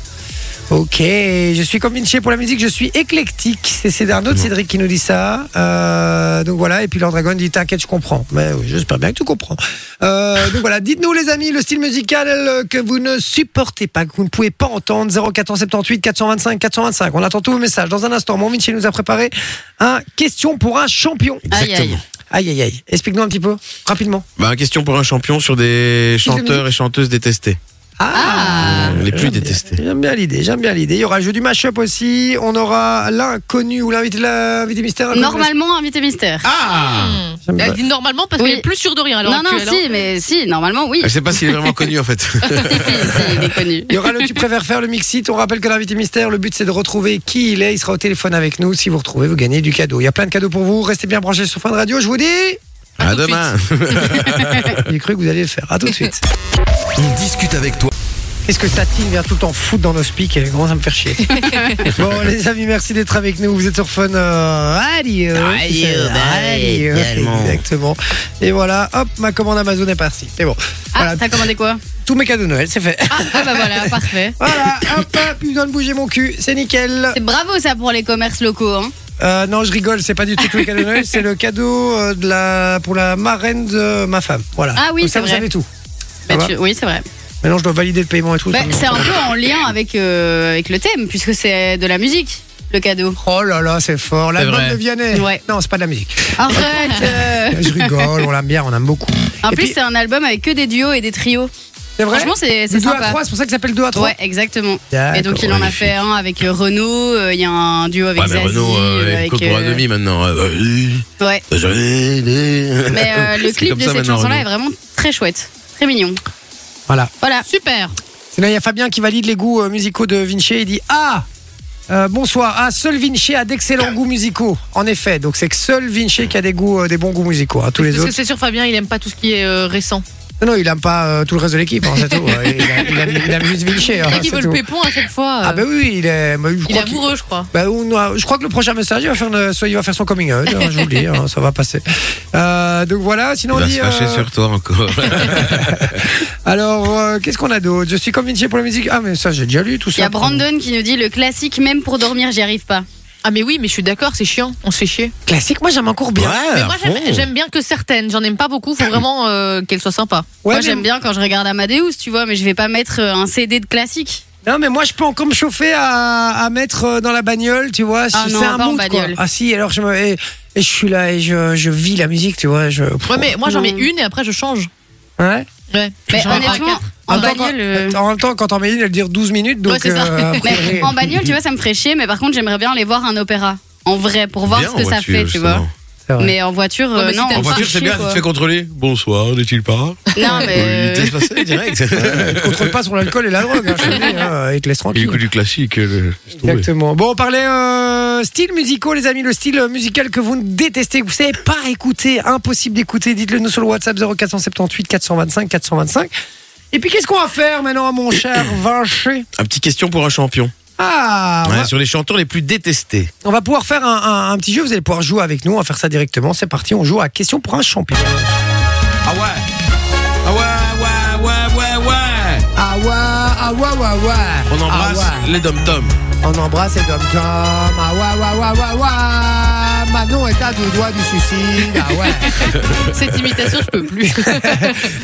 Speaker 3: Ok, je suis comme Vinci pour la musique, je suis éclectique. C'est c'est un autre Cédric qui nous dit ça. Euh, donc voilà, et puis Lord Dragon dit T'inquiète, je comprends. Mais oui, j'espère bien que tu comprends. Euh, donc voilà, dites-nous les amis le style musical euh, que vous ne supportez pas, que vous ne pouvez pas entendre. 0478 425 425. On attend tous vos messages. Dans un instant, mon Vinci nous a préparé un question pour un champion.
Speaker 4: Aïe, aïe.
Speaker 3: Aïe aïe aïe. Explique-nous un petit peu, rapidement.
Speaker 2: Bah, question pour un champion sur des chanteurs et chanteuses détestés. Euh,
Speaker 4: Ah.
Speaker 2: Les plus
Speaker 3: J'aime bien-
Speaker 2: détestés.
Speaker 3: J'aime bien l'idée, j'aime bien l'idée. Il y aura le jeu du mashup aussi. On aura l'inconnu ou l'invité l'invité mystère.
Speaker 4: Normalement, invité mystère.
Speaker 2: Ah
Speaker 3: J'aime bien.
Speaker 5: Elle dit normalement parce
Speaker 4: Oui.
Speaker 5: qu'elle est plus sûre de rien. alors
Speaker 4: non, non,
Speaker 5: actuelle, hein.
Speaker 4: si, mais si, normalement, oui.
Speaker 2: Ah, Je sais pas s'il est vraiment connu en fait.
Speaker 4: si, si, si, il est connu.
Speaker 3: Il y aura le tu préfères faire le mixit. On rappelle que l'invité mystère, le but c'est de retrouver qui il est. Il sera au téléphone avec nous. Si vous retrouvez, vous gagnez du cadeau. Il y a plein de cadeaux pour vous. Restez bien branchés sur Fin de Radio. Je vous dis,
Speaker 2: À,
Speaker 5: tout de
Speaker 2: demain.
Speaker 3: j'ai cru que vous alliez le faire. À tout de suite.
Speaker 6: On discute avec toi.
Speaker 3: Est-ce que Satine vient tout le temps foutre dans nos speaks Elle commence à me faire chier. bon, les amis, merci d'être avec nous. Vous êtes sur Fun euh, Radio.
Speaker 2: Radio, bah
Speaker 3: Radio.
Speaker 2: ouais, tellement.
Speaker 3: Exactement. Et voilà, hop, ma commande Amazon est partie. C'est bon.
Speaker 4: Ah,
Speaker 3: Voilà,
Speaker 4: t'as commandé quoi
Speaker 3: tous mes cadeaux de Noël, c'est fait.
Speaker 4: ah, ah, bah voilà, parfait.
Speaker 3: Voilà, hop, hop, plus besoin de bouger mon cul, c'est nickel.
Speaker 4: C'est bravo ça pour les commerces locaux. Hein.
Speaker 3: Euh, non, je rigole, c'est pas du tout tous les cadeaux de Noël, c'est le cadeau euh, de la, pour la marraine de ma femme. Voilà.
Speaker 4: Ah oui,
Speaker 3: Comme ça,
Speaker 4: c'est
Speaker 3: vous
Speaker 4: vrai.
Speaker 3: savez tout.
Speaker 4: Bah,
Speaker 3: va
Speaker 4: tu- Oui, c'est vrai.
Speaker 3: Maintenant, je dois valider le paiement et tout.
Speaker 4: Bah,
Speaker 3: ça me-
Speaker 4: c'est un peu en lien avec, euh, avec le thème, puisque c'est de la musique, le cadeau.
Speaker 3: Oh là là, c'est fort. L'album
Speaker 2: vrai.
Speaker 3: de Vianney.
Speaker 4: Ouais.
Speaker 3: Non, c'est pas de la musique.
Speaker 4: Arrête euh.
Speaker 3: Je rigole, on l'aime bien, on aime beaucoup.
Speaker 4: En
Speaker 3: Et
Speaker 4: plus,
Speaker 3: puis-
Speaker 4: c'est un album avec que des duos et des trios.
Speaker 3: C'est vrai
Speaker 4: Franchement, c'est c'est
Speaker 3: Le 2 à
Speaker 4: sympa.
Speaker 3: 3, c'est pour ça que ça s'appelle 2 à 3
Speaker 4: Ouais, exactement.
Speaker 3: D'accord,
Speaker 4: Et donc, il en a fait un avec euh, Renaud, euh, il y a un duo avec
Speaker 2: Ouais, mais
Speaker 4: Zazie,
Speaker 2: Renaud,
Speaker 4: euh,
Speaker 2: euh,
Speaker 4: avec,
Speaker 2: écoute pour
Speaker 4: euh,
Speaker 2: à demi maintenant. Euh, euh,
Speaker 4: Ouais.
Speaker 2: je-
Speaker 4: Mais euh, le
Speaker 2: C'est
Speaker 4: clip
Speaker 2: comme
Speaker 4: de
Speaker 2: ça
Speaker 4: cette
Speaker 2: maintenant,
Speaker 4: chanson-là est
Speaker 2: Renaud.
Speaker 4: vraiment très chouette, très mignon.
Speaker 3: Voilà.
Speaker 4: Voilà.
Speaker 5: hein. Super.
Speaker 3: Sinon, il y a Fabien qui valide les goûts euh, musicaux de Vinci. Il dit Ah euh, bonsoir. Ah, seul Vinci a d'excellents goûts musicaux. En effet, donc c'est que seul Vinci qui a des goûts, euh, des bons goûts musicaux. hein. Tous les
Speaker 5: Parce que
Speaker 3: autres,
Speaker 5: c'est sûr, Fabien, il aime pas tout ce qui est euh, récent.
Speaker 3: non, non, il aime pas euh, tout le reste de l'équipe. hein, c'est tout. Il, aime- il aime- il aime juste Vinci. hein,
Speaker 5: Et qui
Speaker 3: c'est
Speaker 5: veut
Speaker 3: tout.
Speaker 5: le pépon à chaque fois. euh,
Speaker 3: Ah ben oui, il est. bah, je
Speaker 5: il est
Speaker 3: crois qu'il-
Speaker 5: amoureux, je crois.
Speaker 3: Bah, on a- je crois que le prochain message, il va faire, une- soit il va faire son coming out. hein, je vous le dis, hein, ça va passer. Euh, donc voilà. Sinon,
Speaker 2: Il
Speaker 3: on
Speaker 2: va
Speaker 3: dit.
Speaker 2: se fâcher
Speaker 3: euh,
Speaker 2: sur toi encore.
Speaker 3: Alors, euh, qu'est-ce qu'on a d'autre Je suis comme Vinci pour la musique. Ah, mais ça, j'ai déjà lu tout ça.
Speaker 4: Il y a Brandon qui nous dit le classique, même pour dormir, j'y arrive pas.
Speaker 5: Ah, mais oui, mais je suis d'accord, c'est chiant. On se fait chier.
Speaker 3: Classique, moi, j'aime encore bien.
Speaker 5: mais moi, j'aime- j'aime bien que certaines. J'en aime pas beaucoup. Faut vraiment euh, qu'elles soient sympas.
Speaker 4: Moi,
Speaker 3: Ouais, mais-
Speaker 4: j'aime bien quand je regarde Amadeus, tu vois, mais je vais pas mettre euh, un CD de classique.
Speaker 3: Non, mais moi, je peux encore me chauffer à, à mettre euh, dans la bagnole, tu vois.
Speaker 4: Ah
Speaker 3: c'est
Speaker 4: non,
Speaker 3: un
Speaker 4: pas en
Speaker 3: mood, quoi.
Speaker 4: bagnole.
Speaker 3: Ah, si, alors je me. Et, et je suis là et je, je vis la musique, tu vois. Je...
Speaker 5: Ouais, mais moi, j'en mets
Speaker 4: Non.
Speaker 5: une et après, je change.
Speaker 3: Ouais.
Speaker 5: Ouais.
Speaker 4: Mais
Speaker 5: J'en mets pas
Speaker 4: honnêtement,
Speaker 5: quatre.
Speaker 4: en
Speaker 3: même temps, quand-
Speaker 4: bagnole. euh,
Speaker 3: en même temps, quand on met une, elle dure 12 minutes, donc.
Speaker 5: Ouais, c'est ça.
Speaker 3: euh, a priori-
Speaker 4: mais en bagnole, tu vois, ça me ferait chier, mais par contre, j'aimerais bien aller voir un opéra. En vrai, pour voir
Speaker 2: Bien
Speaker 4: ce que
Speaker 2: en
Speaker 4: ça
Speaker 2: voiture,
Speaker 4: fait, tu vois.
Speaker 2: justement.
Speaker 3: C'est vrai.
Speaker 4: Mais en voiture, euh,
Speaker 5: Ouais, Oh, mais si
Speaker 4: non.
Speaker 5: t'aimes
Speaker 2: En
Speaker 5: Enfin,
Speaker 2: voiture, c'est
Speaker 5: chier,
Speaker 2: bien, tu
Speaker 5: quoi.
Speaker 2: te fais contrôler. Bonsoir, n'est-il pas
Speaker 4: Non, mais.
Speaker 2: Il te laisse passer direct.
Speaker 3: Tu te contrôles pas sur l'alcool et la drogue, hein, je te le dis, hein, et te laisse
Speaker 2: Il
Speaker 3: tranquille.
Speaker 2: écoute du classique. le- laisse tomber.
Speaker 3: Exactement. Bon, on parlait euh, style musicaux, les amis, le style euh, musical que vous détestez, que vous savez pas écouter, impossible d'écouter. Dites-le nous sur le WhatsApp 0478 425 425. Et puis qu'est-ce qu'on va faire maintenant, mon cher Vinci
Speaker 2: Un petit question pour un champion.
Speaker 3: Ah, on
Speaker 2: Ouais,
Speaker 3: va,
Speaker 2: Sur les chanteurs les plus détestés.
Speaker 3: on va pouvoir faire un, un- un petit jeu. Vous allez pouvoir jouer avec nous. On va faire ça directement. C'est parti. On joue à question pour un champion.
Speaker 2: Ah ouais Ah ouais, ouais, ouais, ouais, ouais
Speaker 3: Ah ouais, ah ouais, ouais, ouais.
Speaker 2: On embrasse
Speaker 3: Ah ouais.
Speaker 2: les dom-toms.
Speaker 3: On embrasse les dom Ah ouais, ouais, ouais, ouais, ouais. Manon est à deux doigts du suicide. Ah ouais.
Speaker 5: Cette imitation, je peux plus.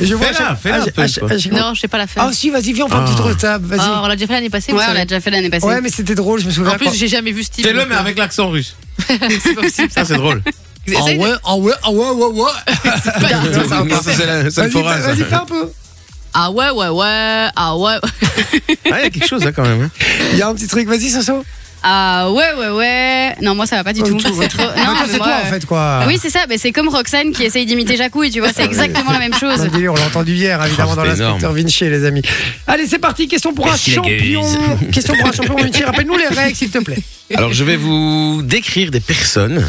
Speaker 3: Je vois.
Speaker 2: Fais-la,
Speaker 3: à chaque-
Speaker 2: fais-la
Speaker 3: à
Speaker 2: un
Speaker 3: chaque-
Speaker 2: peu,
Speaker 3: à chaque-
Speaker 2: quoi.
Speaker 3: à chaque-
Speaker 5: non, je sais pas la faire.
Speaker 3: Ah si, vas-y, viens, on fait un
Speaker 2: Ah.
Speaker 3: petit tour de table. Vas-y.
Speaker 5: Ah, on l'a déjà fait l'année passée. vous
Speaker 4: Ouais, on l'a
Speaker 5: savez.
Speaker 4: déjà fait l'année passée.
Speaker 3: ouais, mais c'était drôle, je me souviens.
Speaker 5: En
Speaker 3: quand-
Speaker 5: plus, j'ai jamais vu Steve.
Speaker 2: Fais-le,
Speaker 5: donc,
Speaker 2: mais
Speaker 5: euh,
Speaker 2: avec l'accent russe.
Speaker 5: C'est pas possible.
Speaker 2: Ça, c'est drôle.
Speaker 3: Ah
Speaker 5: Essaye de-
Speaker 3: ouais, ah ouais, ah ouais, ouais, ouais.
Speaker 2: Non,
Speaker 3: Ça va pas.
Speaker 2: ça, c'est la- c'est le
Speaker 3: Vas-y,
Speaker 2: forain,
Speaker 3: fais-
Speaker 2: ça.
Speaker 3: vas-y, fais un peu.
Speaker 5: Ah ouais, ouais, ouais. Ah ouais.
Speaker 2: Ah, il y a quelque chose, là, quand même. hein.
Speaker 3: Il y a un petit truc, vas-y, Soso.
Speaker 4: Ah ouais, ouais, ouais. Non, moi, ça va pas du
Speaker 3: Oh,
Speaker 4: tout.
Speaker 3: tout, ouais.
Speaker 4: C'est trop-
Speaker 3: En même temps,
Speaker 4: mais
Speaker 3: c'est
Speaker 4: moi,
Speaker 3: toi, en
Speaker 4: euh,
Speaker 3: fait, quoi.
Speaker 4: Oui, c'est ça, mais c'est comme Roxane qui essaye d'imiter Jacouille, tu
Speaker 2: Ah,
Speaker 4: vois, c'est exactement la même chose.
Speaker 3: Dans le délire, on l'a entendu hier, évidemment,
Speaker 2: Oh,
Speaker 3: dans
Speaker 2: c'était
Speaker 3: l'inspecteur Vinci, les amis. Allez, c'est parti. Question pour un
Speaker 2: Merci, la
Speaker 3: champion.
Speaker 2: gueuse.
Speaker 3: Question pour un champion Vinci. Rappelle-nous les règles, s'il te plaît.
Speaker 2: Alors, je vais vous décrire des personnes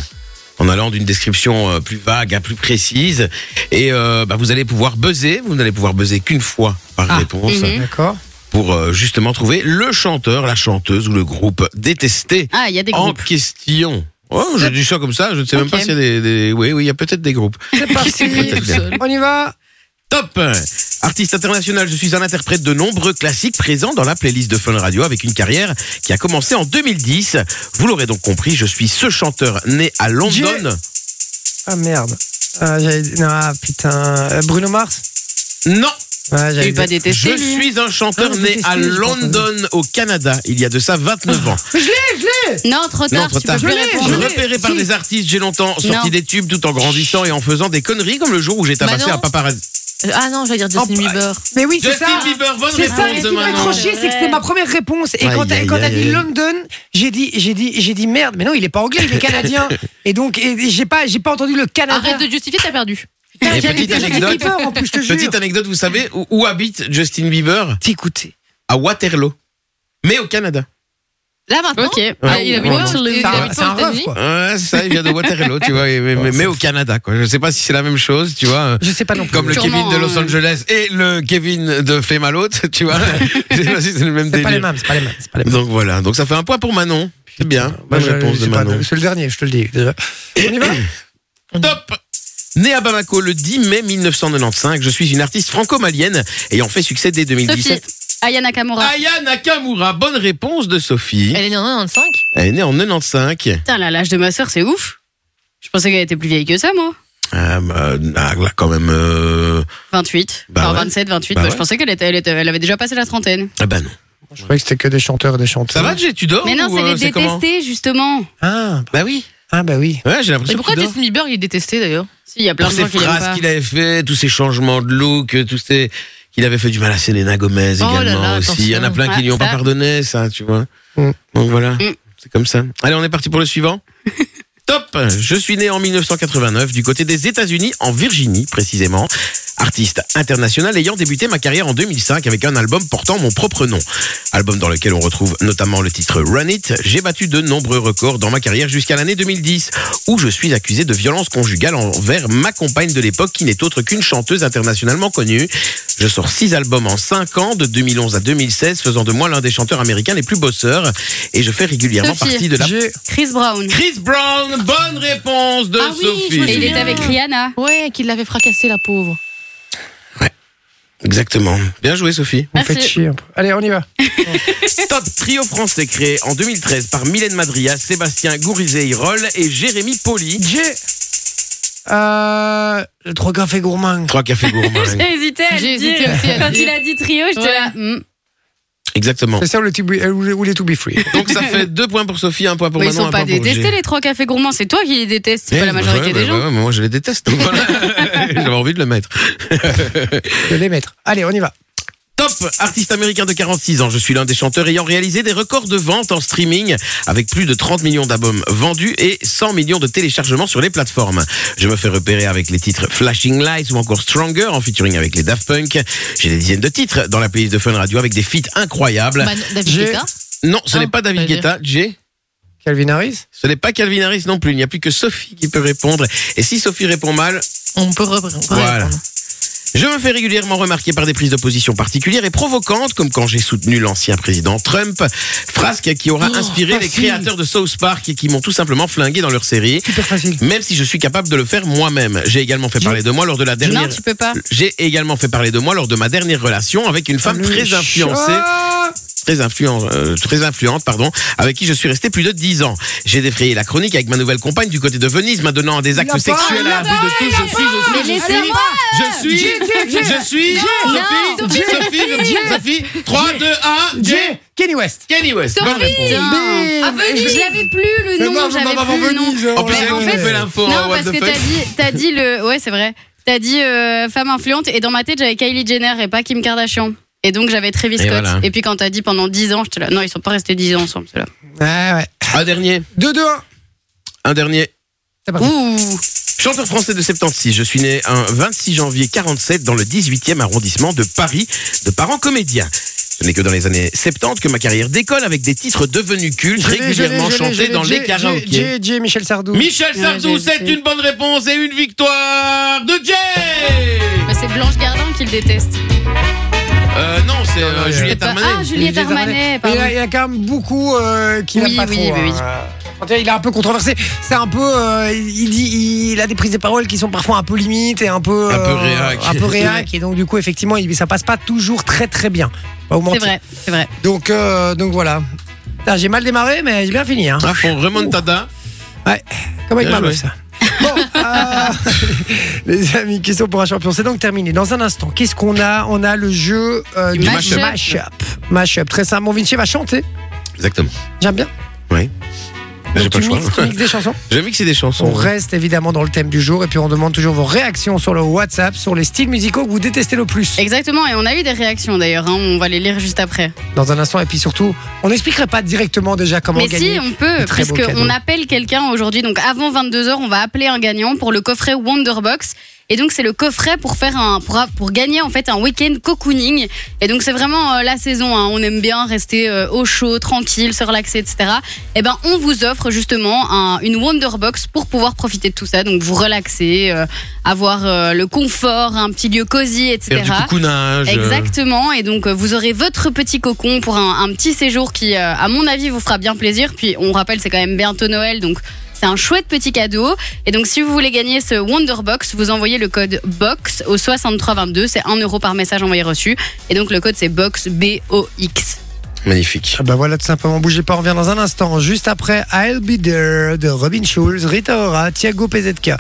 Speaker 2: en allant d'une description euh, plus vague à plus précise. Et euh, bah, vous allez pouvoir buzzer. Vous n'allez pouvoir buzzer qu'une fois par
Speaker 3: Ah.
Speaker 2: réponse
Speaker 4: Mhm.
Speaker 3: D'accord.
Speaker 2: pour euh, justement trouver le chanteur, la chanteuse ou le groupe détesté
Speaker 4: Ah, il y a des
Speaker 2: en
Speaker 4: groupes.
Speaker 2: question. Oh, je dis ça comme ça, je ne sais même
Speaker 5: Ok.
Speaker 2: pas s'il y a des, des- Oui, oui, il y a peut-être des groupes.
Speaker 3: C'est parti.
Speaker 2: Peut-être bien.
Speaker 3: On y va.
Speaker 2: Top Artiste international, je suis un interprète de nombreux classiques présents dans la playlist de Fun Radio avec une carrière qui a commencé en 2010. Vous l'aurez donc compris, je suis ce chanteur né à London.
Speaker 3: Ah merde. Ah, j'avais dit- non, ah, putain. Euh, Bruno Mars
Speaker 2: Non
Speaker 3: ouais,
Speaker 5: Tu
Speaker 3: j'avais
Speaker 5: veux pas
Speaker 3: dit-
Speaker 5: détester
Speaker 2: Je
Speaker 5: lui
Speaker 2: suis un chanteur
Speaker 3: Ah,
Speaker 2: né à
Speaker 3: détesté, j'ai pas
Speaker 2: London, au Canada, il y a de ça 29 ans.
Speaker 3: Ah,
Speaker 4: Non, trop tard,
Speaker 2: Non, trop
Speaker 4: tu
Speaker 2: tard.
Speaker 4: peux plus
Speaker 2: Je l'ai,
Speaker 4: répondre.
Speaker 3: je l'ai.
Speaker 2: Repéré par
Speaker 3: Si.
Speaker 2: des artistes, j'ai longtemps sorti
Speaker 4: Non.
Speaker 2: des tubes tout en grandissant et en faisant des conneries comme le jour où j'ai
Speaker 5: Bah
Speaker 2: tabassé
Speaker 5: non.
Speaker 2: un paparazzi.
Speaker 5: Ah non, j'allais dire Justin
Speaker 3: Oh,
Speaker 5: Bieber.
Speaker 3: Mais oui, c'est
Speaker 2: Justin
Speaker 3: ça.
Speaker 2: Bieber, bonne
Speaker 3: C'est ça, et
Speaker 2: réponse
Speaker 3: ce
Speaker 2: de
Speaker 3: qui m'a
Speaker 2: Manon.
Speaker 3: trop chier, c'est que c'était ma première réponse. Et
Speaker 2: Aïe,
Speaker 3: quand t'as
Speaker 2: aïe,
Speaker 3: quand t'as
Speaker 2: aïe,
Speaker 3: dit
Speaker 2: aïe.
Speaker 3: London, j'ai dit, j'ai dit, j'ai dit merde, mais non, il est pas anglais, il est canadien. Et donc, et- et j'ai pas, j'ai pas entendu le Canada.
Speaker 5: Arrête de justifier, t'as perdu.
Speaker 2: Et
Speaker 3: J'avais
Speaker 2: petite
Speaker 3: déjà dit
Speaker 2: anecdote.
Speaker 3: Bieber, en plus, je te jure.
Speaker 2: Petite anecdote, vous savez où, où habite Justin Bieber
Speaker 3: T'écoutais.
Speaker 2: À Waterloo. Mais au Canada.
Speaker 5: Là maintenant
Speaker 4: Ok.
Speaker 5: Ah, il habite
Speaker 2: ouais,
Speaker 5: pas sur le- il
Speaker 3: C'est un-
Speaker 5: habite
Speaker 3: c'est
Speaker 5: pas
Speaker 3: un
Speaker 5: aux
Speaker 3: ref,
Speaker 5: États-Unis
Speaker 3: quoi.
Speaker 2: Ouais, ça, il vient de Waterloo, tu vois, mais, mais- mais au Canada, quoi. Je sais pas si c'est la même chose, tu vois. euh,
Speaker 3: Je sais pas non plus.
Speaker 2: Comme le
Speaker 4: Sûrement,
Speaker 2: Kevin de Los
Speaker 4: hein.
Speaker 3: euh.
Speaker 2: Angeles et le Kevin de Flemalot, tu vois. Je sais pas si c'est le même
Speaker 3: C'est pas les
Speaker 2: délire.
Speaker 3: mêmes, c'est pas les mêmes. c'est pas les mêmes.
Speaker 2: Donc voilà, donc ça fait un point pour Manon. C'est bien,
Speaker 3: Moi,
Speaker 2: bonne
Speaker 3: je-
Speaker 2: réponse
Speaker 3: je
Speaker 2: de
Speaker 3: sais pas,
Speaker 2: Manon.
Speaker 3: C'est le dernier, je te le dis. déjà. On y va
Speaker 2: Top Né à Bamako le 10 mai 1995, je suis une artiste franco-malienne ayant fait succès dès
Speaker 4: Sophie,
Speaker 2: 2017.
Speaker 4: Aya Nakamura.
Speaker 2: Aya Nakamura, bonne réponse de Sophie.
Speaker 5: Elle est née en 95
Speaker 2: Elle est née en 95.
Speaker 4: Putain, là, l'âge de ma sœur, c'est ouf. Je pensais qu'elle était plus vieille que ça, moi.
Speaker 2: Ah, bah, ah, là, quand même. euh,
Speaker 4: 28.
Speaker 2: Bah
Speaker 4: enfin,
Speaker 2: ouais.
Speaker 4: 27, 28.
Speaker 2: Bah
Speaker 4: Bah,
Speaker 2: ouais.
Speaker 4: Je pensais qu'elle était, elle était- elle avait déjà passé la trentaine.
Speaker 2: Ah bah non.
Speaker 3: Je croyais que c'était que des chanteurs et des chanteuses.
Speaker 2: Ça va, Jay, tu dors
Speaker 4: Mais non,
Speaker 2: ou,
Speaker 4: Oh, c'est
Speaker 2: euh,
Speaker 4: les
Speaker 2: comment
Speaker 4: détestés, justement.
Speaker 3: Ah,
Speaker 2: Bah oui.
Speaker 3: ah, bah oui.
Speaker 2: Ouais, j'ai
Speaker 5: Et
Speaker 2: l'impression que
Speaker 5: pourquoi
Speaker 2: tu dors.
Speaker 5: Justin Bieber il est détesté d'ailleurs
Speaker 4: Si, il y a plein
Speaker 2: Pour
Speaker 4: de
Speaker 2: ces
Speaker 4: gens qui l'aiment pas.
Speaker 2: phrases qu'il avait fait, tous ces changements de look, euh, tous ces. qu'il avait fait du mal à Selena Gomez
Speaker 5: Oh là
Speaker 2: également
Speaker 5: là,
Speaker 2: aussi. Il y en a
Speaker 5: attention.
Speaker 2: plein qui
Speaker 4: Ouais,
Speaker 2: lui ont pas
Speaker 4: ça.
Speaker 2: pardonné, ça, tu vois.
Speaker 3: Mm.
Speaker 2: Donc voilà,
Speaker 4: Mm.
Speaker 2: c'est comme ça. Allez, on est parti pour le suivant. Top Je suis né en 1989 du côté des États-Unis, en Virginie précisément. Artiste international ayant débuté ma carrière en 2005 avec un album portant mon propre nom. Album dans lequel on retrouve notamment le titre Run It. J'ai battu de nombreux records dans ma carrière jusqu'à l'année 2010 où je suis accusé de violence conjugale envers ma compagne de l'époque qui n'est autre qu'une chanteuse internationalement connue. Je sors six albums en cinq ans, de 2011 à 2016, faisant de moi l'un des chanteurs américains les plus bosseurs. Et je fais régulièrement
Speaker 4: Sophie.
Speaker 2: partie de la...
Speaker 3: J'ai-
Speaker 4: Chris Brown.
Speaker 2: Chris Brown, bonne réponse de
Speaker 5: Ah oui, je me
Speaker 4: Et il
Speaker 2: Sophie.
Speaker 5: souviens.
Speaker 4: était avec Rihanna.
Speaker 5: Ouais, qu'il l'avait fracassé la pauvre.
Speaker 2: Exactement. Bien joué Sophie.
Speaker 3: Vous me
Speaker 4: Merci.
Speaker 3: faites chier un peu. Allez, on y va.
Speaker 2: Top trio français créé en 2013 par Mylène Madria, Sébastien Gourizet-Hirol et Jérémy Poli.
Speaker 3: J'ai. Euh. Le trois cafés gourmands.
Speaker 2: Trois cafés gourmands.
Speaker 4: J'ai hésité à le
Speaker 5: J'ai
Speaker 4: dire.
Speaker 5: hésité aussi à le
Speaker 4: Quand
Speaker 5: dire.
Speaker 4: il a dit trio, j'étais
Speaker 5: Ouais.
Speaker 4: là. hmm.
Speaker 2: Exactement.
Speaker 3: C'est ça ou, le to be- euh, ou les- ou les To Be Free
Speaker 2: Donc ça fait deux points pour Sophie, un point pour
Speaker 4: Mais ils
Speaker 2: Manon,
Speaker 4: sont
Speaker 2: un
Speaker 4: pas
Speaker 2: point pour Jay.
Speaker 4: détestés, les trois cafés gourmands. C'est toi qui les détestes, c'est
Speaker 2: Eh,
Speaker 4: pas la majorité
Speaker 2: ouais,
Speaker 4: des
Speaker 2: bah,
Speaker 4: gens.
Speaker 2: ouais, mais moi je les déteste. donc voilà. J'avais envie de le mettre.
Speaker 3: de les mettre. Allez, on y va.
Speaker 2: Top Artiste américain de 46 ans, je suis l'un des chanteurs ayant réalisé des records de ventes en streaming avec plus de 30 millions d'albums vendus et 100 millions de téléchargements sur les plateformes. Je me fais repérer avec les titres Flashing Lights ou encore Stronger en featuring avec les Daft Punk. J'ai des dizaines de titres dans la playlist de Fun Radio avec des feats incroyables.
Speaker 5: Bah, David
Speaker 3: J'ai-
Speaker 5: Guetta
Speaker 2: non, ce
Speaker 5: Ah,
Speaker 2: n'est pas David
Speaker 5: j'allais
Speaker 2: Guetta, Jay.
Speaker 3: Calvin Harris
Speaker 2: Ce n'est pas Calvin Harris non plus. Il n'y a plus que Sophie qui peut répondre. Et si Sophie répond mal,
Speaker 5: On peut reprendre.
Speaker 2: Voilà. Je me fais régulièrement remarquer par des prises de position particulières et provocantes, comme quand j'ai soutenu l'ancien président Trump, frasque qui aura
Speaker 5: Oh,
Speaker 2: inspiré les
Speaker 5: facile.
Speaker 2: créateurs de South Park et qui m'ont tout simplement flingué dans leur série,
Speaker 3: Super facile.
Speaker 2: même si je suis capable de le faire moi-même. J'ai également fait parler de moi lors de la dernière...
Speaker 4: Non, tu peux pas.
Speaker 2: J'ai également fait parler de moi lors de ma dernière relation avec une femme
Speaker 3: Le
Speaker 2: très
Speaker 3: chat.
Speaker 2: influencée très, influent- euh, très influente, pardon, avec qui je suis resté plus de 10 ans. J'ai défrayé la chronique avec ma nouvelle compagne du côté de Venise, maintenant des actes
Speaker 3: Lapin,
Speaker 2: sexuels à
Speaker 3: lapin,
Speaker 2: abus de tout. Je suis, je suis, je suis,
Speaker 4: laissez-moi
Speaker 2: je suis, je suis,
Speaker 4: Non,
Speaker 2: Sophie,
Speaker 4: Sophie,
Speaker 2: Sophie, Sophie, Sophie, 3, 2, 1, J,
Speaker 3: Jay. Kenny West.
Speaker 2: Kenny West. Bonne réponse.
Speaker 4: Putain.
Speaker 3: Mais-
Speaker 4: Ah, Venise, je l'avais plus le
Speaker 3: Mais
Speaker 4: nom,
Speaker 3: non,
Speaker 4: j'avais
Speaker 3: non, non,
Speaker 4: plus le nom.
Speaker 3: Venise,
Speaker 2: En plus,
Speaker 3: ouais.
Speaker 2: elle hein.
Speaker 4: en
Speaker 2: vous
Speaker 4: fait-
Speaker 2: fait l'info en
Speaker 4: Non,
Speaker 2: what
Speaker 4: parce
Speaker 2: the
Speaker 4: que t'as
Speaker 2: fuck.
Speaker 4: dit, t'as dit le. Ouais, c'est vrai. T'as dit euh, femme influente et dans ma tête j'avais Kylie Jenner et pas Kim Kardashian. Et donc j'avais Travis
Speaker 2: Et
Speaker 4: Scott.
Speaker 2: voilà.
Speaker 4: Et puis quand t'as dit pendant 10 ans, j'étais là. Non, ils sont pas restés 10 ans ensemble, ceux-là.
Speaker 3: Ah ouais.
Speaker 2: Un dernier,
Speaker 3: 2-2-1.
Speaker 2: un dernier.
Speaker 3: C'est parti.
Speaker 4: Ouh
Speaker 2: Chanteur français de 76, je suis né un 26 janvier 47 dans le 18e arrondissement de Paris, de parents comédiens. Ce n'est que dans les années 70 que ma carrière décolle avec des titres devenus cultes,
Speaker 3: Je l'ai, je l'ai,
Speaker 2: régulièrement
Speaker 3: je l'ai, je
Speaker 2: chantés
Speaker 3: l'ai.
Speaker 2: dans
Speaker 3: Jay,
Speaker 2: les karaokés.
Speaker 3: Jay, Jay, Michel Sardou.
Speaker 2: Michel Sardou,
Speaker 4: Ouais, j'ai
Speaker 2: c'est
Speaker 4: vu.
Speaker 2: une bonne réponse et une victoire de Jay
Speaker 4: Mais c'est Blanche Gardin qui le déteste.
Speaker 2: Euh, non, c'est euh,
Speaker 3: non, Ah, il y a-
Speaker 2: Juliette
Speaker 4: Pas-
Speaker 2: Armanet.
Speaker 4: Ah, Juliette Armanet,
Speaker 3: Mais Il
Speaker 4: pardon.
Speaker 3: y, a- il y a quand même beaucoup euh, qui
Speaker 4: Oui,
Speaker 3: n'aiment pas
Speaker 4: oui,
Speaker 3: trop.
Speaker 4: oui, oui.
Speaker 3: hein. Il est un peu controversé. C'est un peu. euh, il, dit, il a des prises de parole qui sont parfois un peu limites et un peu.
Speaker 2: Un peu
Speaker 3: euh,
Speaker 2: réac.
Speaker 3: un peu réac. Et donc, du coup, effectivement, il, ça passe pas toujours très très bien. Pas vous
Speaker 4: C'est
Speaker 3: mentir.
Speaker 4: vrai, c'est vrai.
Speaker 3: Donc, euh, donc voilà. Putain, J'ai mal démarré, mais j'ai bien fini. Hein.
Speaker 2: À fond, remontada.
Speaker 3: Comme avec
Speaker 2: Bien
Speaker 3: ma meuf,
Speaker 2: joué.
Speaker 3: ça. Bon, euh, les amis, question pour un champion. C'est donc terminé. Dans un instant, qu'est-ce qu'on a On a le jeu euh,
Speaker 4: Du
Speaker 3: du
Speaker 4: mashup.
Speaker 3: mashup. Mashup. Très simple. Mon Vinci va chanter.
Speaker 2: Exactement.
Speaker 3: J'aime bien.
Speaker 2: J'ai
Speaker 3: Donc,
Speaker 2: pas le
Speaker 3: tu
Speaker 2: choix.
Speaker 3: mixes, tu mixes des chansons.
Speaker 2: J'ai mixé des chansons.
Speaker 3: On reste évidemment dans le thème du jour. Et puis, on demande toujours vos réactions sur le WhatsApp, sur les styles musicaux que vous détestez le plus.
Speaker 4: Exactement, et on a eu des réactions d'ailleurs, hein, on va les lire juste après.
Speaker 3: Dans un instant. Et puis surtout, on n'expliquerait pas directement déjà comment
Speaker 4: Mais si,
Speaker 3: gagner.
Speaker 4: on peut,
Speaker 3: très beau cadeau.
Speaker 4: puisqu'on appelle quelqu'un aujourd'hui. Donc avant 22h, on va appeler un gagnant pour le coffret Wonderbox. Et donc c'est le coffret pour faire un pour, pour gagner en fait un week-end cocooning. Et donc c'est vraiment euh, la saison. hein. On aime bien rester euh, au chaud, tranquille, se relaxer, etc. Et ben on vous offre justement un- une Wonderbox pour pouvoir profiter de tout ça. Donc vous relaxer, euh, avoir euh, le confort, un petit lieu cosy, etc.
Speaker 2: Faire du coucounage. euh,
Speaker 4: Exactement, et donc euh, vous aurez votre petit cocon pour un, un petit séjour qui, euh, à mon avis, vous fera bien plaisir. Puis on rappelle, c'est quand même bientôt Noël, donc c'est un chouette petit cadeau. Et donc si vous voulez gagner ce Wonderbox, vous envoyez le code BOX au 6322, c'est 1 euro par message envoyé reçu. Et donc le code c'est BOX, B-O-X.
Speaker 2: Magnifique.
Speaker 3: Ah bah voilà, tout simplement, bougez pas, on revient dans un instant. Juste après, I'll Be There de Robin Schulz, Rita Ora, Thiago PZK.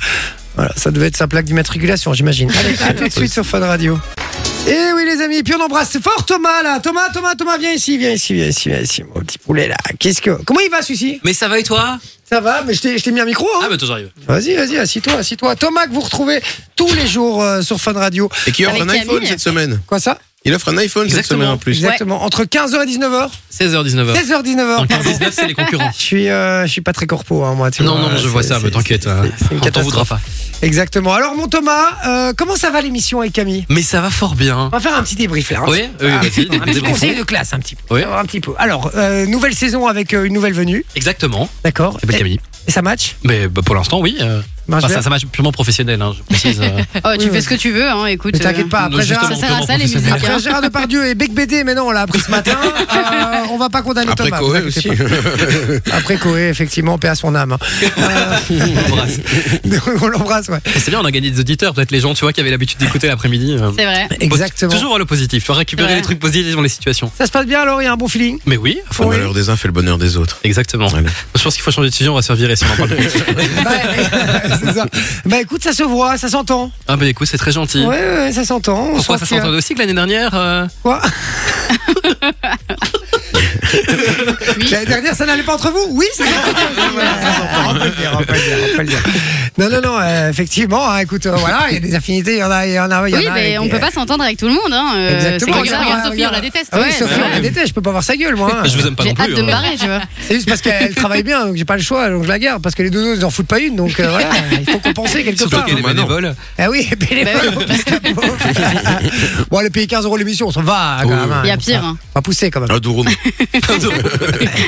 Speaker 3: Voilà, ça devait être sa plaque d'immatriculation, j'imagine.
Speaker 7: Ah,
Speaker 3: Allez, à tout de suite sur Fun Radio. Et oui, les amis, et puis on embrasse fort Thomas, là. Thomas, Thomas, Thomas, viens ici, viens ici, viens ici, viens ici, mon petit poulet, là. Qu'est-ce que. Comment il va, celui-ci
Speaker 7: Mais ça va et toi
Speaker 3: Ça va, mais je t'ai je t'ai mis un micro, hein
Speaker 7: Ah bah toujours arrivé.
Speaker 3: Vas-y, vas-y, assis-toi, assis-toi. Thomas, que vous retrouvez tous les jours euh, sur Fun Radio.
Speaker 2: Et qui offre
Speaker 4: Avec
Speaker 2: un iPhone
Speaker 4: Camille.
Speaker 2: cette semaine.
Speaker 3: Quoi, ça
Speaker 2: Il offre un iPhone cette
Speaker 7: Exactement.
Speaker 2: semaine en plus.
Speaker 3: Exactement. Entre 15h et 19h
Speaker 7: 16h 19h.
Speaker 3: 16h, 19h.
Speaker 7: Bah. Dans 15 19 c'est les concurrents.
Speaker 3: Je suis, euh, je suis pas très corpo, hein, moi. tu
Speaker 7: Non
Speaker 3: vois,
Speaker 7: non, je
Speaker 3: c'est-
Speaker 7: vois ça,
Speaker 3: c'est-
Speaker 7: mais t'inquiète.
Speaker 3: c'est-
Speaker 7: hein.
Speaker 3: c'est- c'est une
Speaker 7: On t'en voudra
Speaker 3: catastrophe.
Speaker 7: pas.
Speaker 3: Exactement. Alors, mon Thomas, euh, comment ça va l'émission avec Camille
Speaker 7: Mais ça va fort bien.
Speaker 3: On va faire un petit débrief là. hein.
Speaker 7: Oui, oui,
Speaker 3: Ah,
Speaker 7: vas-y,
Speaker 3: un petit
Speaker 7: débriefons.
Speaker 3: conseil de classe, un petit peu.
Speaker 7: Oui.
Speaker 3: Un petit peu. Alors, euh, nouvelle saison avec euh, une nouvelle venue,
Speaker 7: Exactement.
Speaker 3: d'accord.
Speaker 7: S'appelle Camille.
Speaker 3: Et ça match
Speaker 7: Mais bah, pour l'instant oui. euh,
Speaker 3: Marche
Speaker 7: enfin,
Speaker 3: bien
Speaker 7: ça, ça marche purement professionnel, hein, je précise. euh.
Speaker 4: Oh, tu
Speaker 3: Oui,
Speaker 4: fais
Speaker 3: oui.
Speaker 4: ce que tu veux, hein, écoute.
Speaker 3: Mais t'inquiète pas, Bah, après
Speaker 7: Justement,
Speaker 3: Gérard,
Speaker 4: Ça sert à
Speaker 7: purement
Speaker 4: ça les musiques.
Speaker 7: professionnel.
Speaker 3: après
Speaker 4: hein.
Speaker 3: Gérard Depardieu et Bec BD, mais non, on l'a appris ce matin. Euh, on va pas condamner
Speaker 2: Après
Speaker 3: Thomas.
Speaker 2: Coé
Speaker 3: vous inquiétez
Speaker 2: aussi.
Speaker 3: pas. Après Coé, effectivement, paix à son âme. Euh,
Speaker 7: On l'embrasse.
Speaker 3: on l'embrasse, ouais.
Speaker 7: Et C'est bien, on a gagné des auditeurs, peut-être les gens, tu vois, qui avaient l'habitude d'écouter l'après-midi. euh.
Speaker 4: C'est vrai.
Speaker 3: Exactement.
Speaker 7: Toujours voir le positif, faut récupérer
Speaker 4: Ouais.
Speaker 7: les trucs positifs dans les situations.
Speaker 3: Ça se passe bien alors, il y a un bon feeling
Speaker 7: Mais oui,
Speaker 2: Le malheur des uns fait le bonheur des autres.
Speaker 7: exactement.
Speaker 2: Voilà.
Speaker 7: Je pense qu'il faut changer de sujet, on va se faire virer si on en parle.
Speaker 3: bah, c'est ça. Bah écoute, ça se voit, ça s'entend.
Speaker 7: ah bah écoute, c'est très gentil.
Speaker 3: Ouais, ouais, ça s'entend. On
Speaker 7: Pourquoi ça
Speaker 3: sent qu'il y a-
Speaker 7: s'entendait aussi que l'année dernière euh,
Speaker 3: Quoi L'année dernière, ça n'allait pas entre vous Oui, ça n'allait pas entre vous. On peut le dire, on peut le dire, on peut le dire. Non, non, non, euh, effectivement, hein, écoute, euh, voilà, il y a des affinités, il y en a, il y en a, il y en a.
Speaker 4: Oui, mais
Speaker 3: et- euh,
Speaker 4: on peut pas s'entendre avec tout le monde. Hein. euh,
Speaker 3: Exactement.
Speaker 4: c'est comme
Speaker 5: Regarde,
Speaker 4: ça.
Speaker 5: regarde Sophie, Hum. on la déteste.
Speaker 3: Ah oui,
Speaker 4: Ouais,
Speaker 3: Sophie,
Speaker 4: bah
Speaker 3: on la
Speaker 4: ouais.
Speaker 3: déteste, je peux pas voir sa gueule, moi. hein.
Speaker 7: Je vous aime pas
Speaker 4: J'ai
Speaker 7: non
Speaker 4: hâte
Speaker 7: plus.
Speaker 4: de me
Speaker 7: hein.
Speaker 4: barrer, tu vois.
Speaker 3: C'est juste parce qu'elle travaille bien, donc j'ai pas le choix, donc je la garde, parce que les deux autres, ils en foutent pas une, donc euh, voilà, il faut compenser quelque
Speaker 7: Surtout
Speaker 3: part.
Speaker 7: qu'elle est
Speaker 2: Maintenant.
Speaker 7: bénévole.
Speaker 3: Ah oui, et puis les
Speaker 4: Bah oui.
Speaker 3: pauvres, les pauvres. Bon, elle a payé 15 euros l'émission, on s'en va, hein, quand
Speaker 7: Oui.
Speaker 3: même. hein.
Speaker 4: Il y a pire. hein.
Speaker 3: On va pousser quand même.
Speaker 2: Un douron.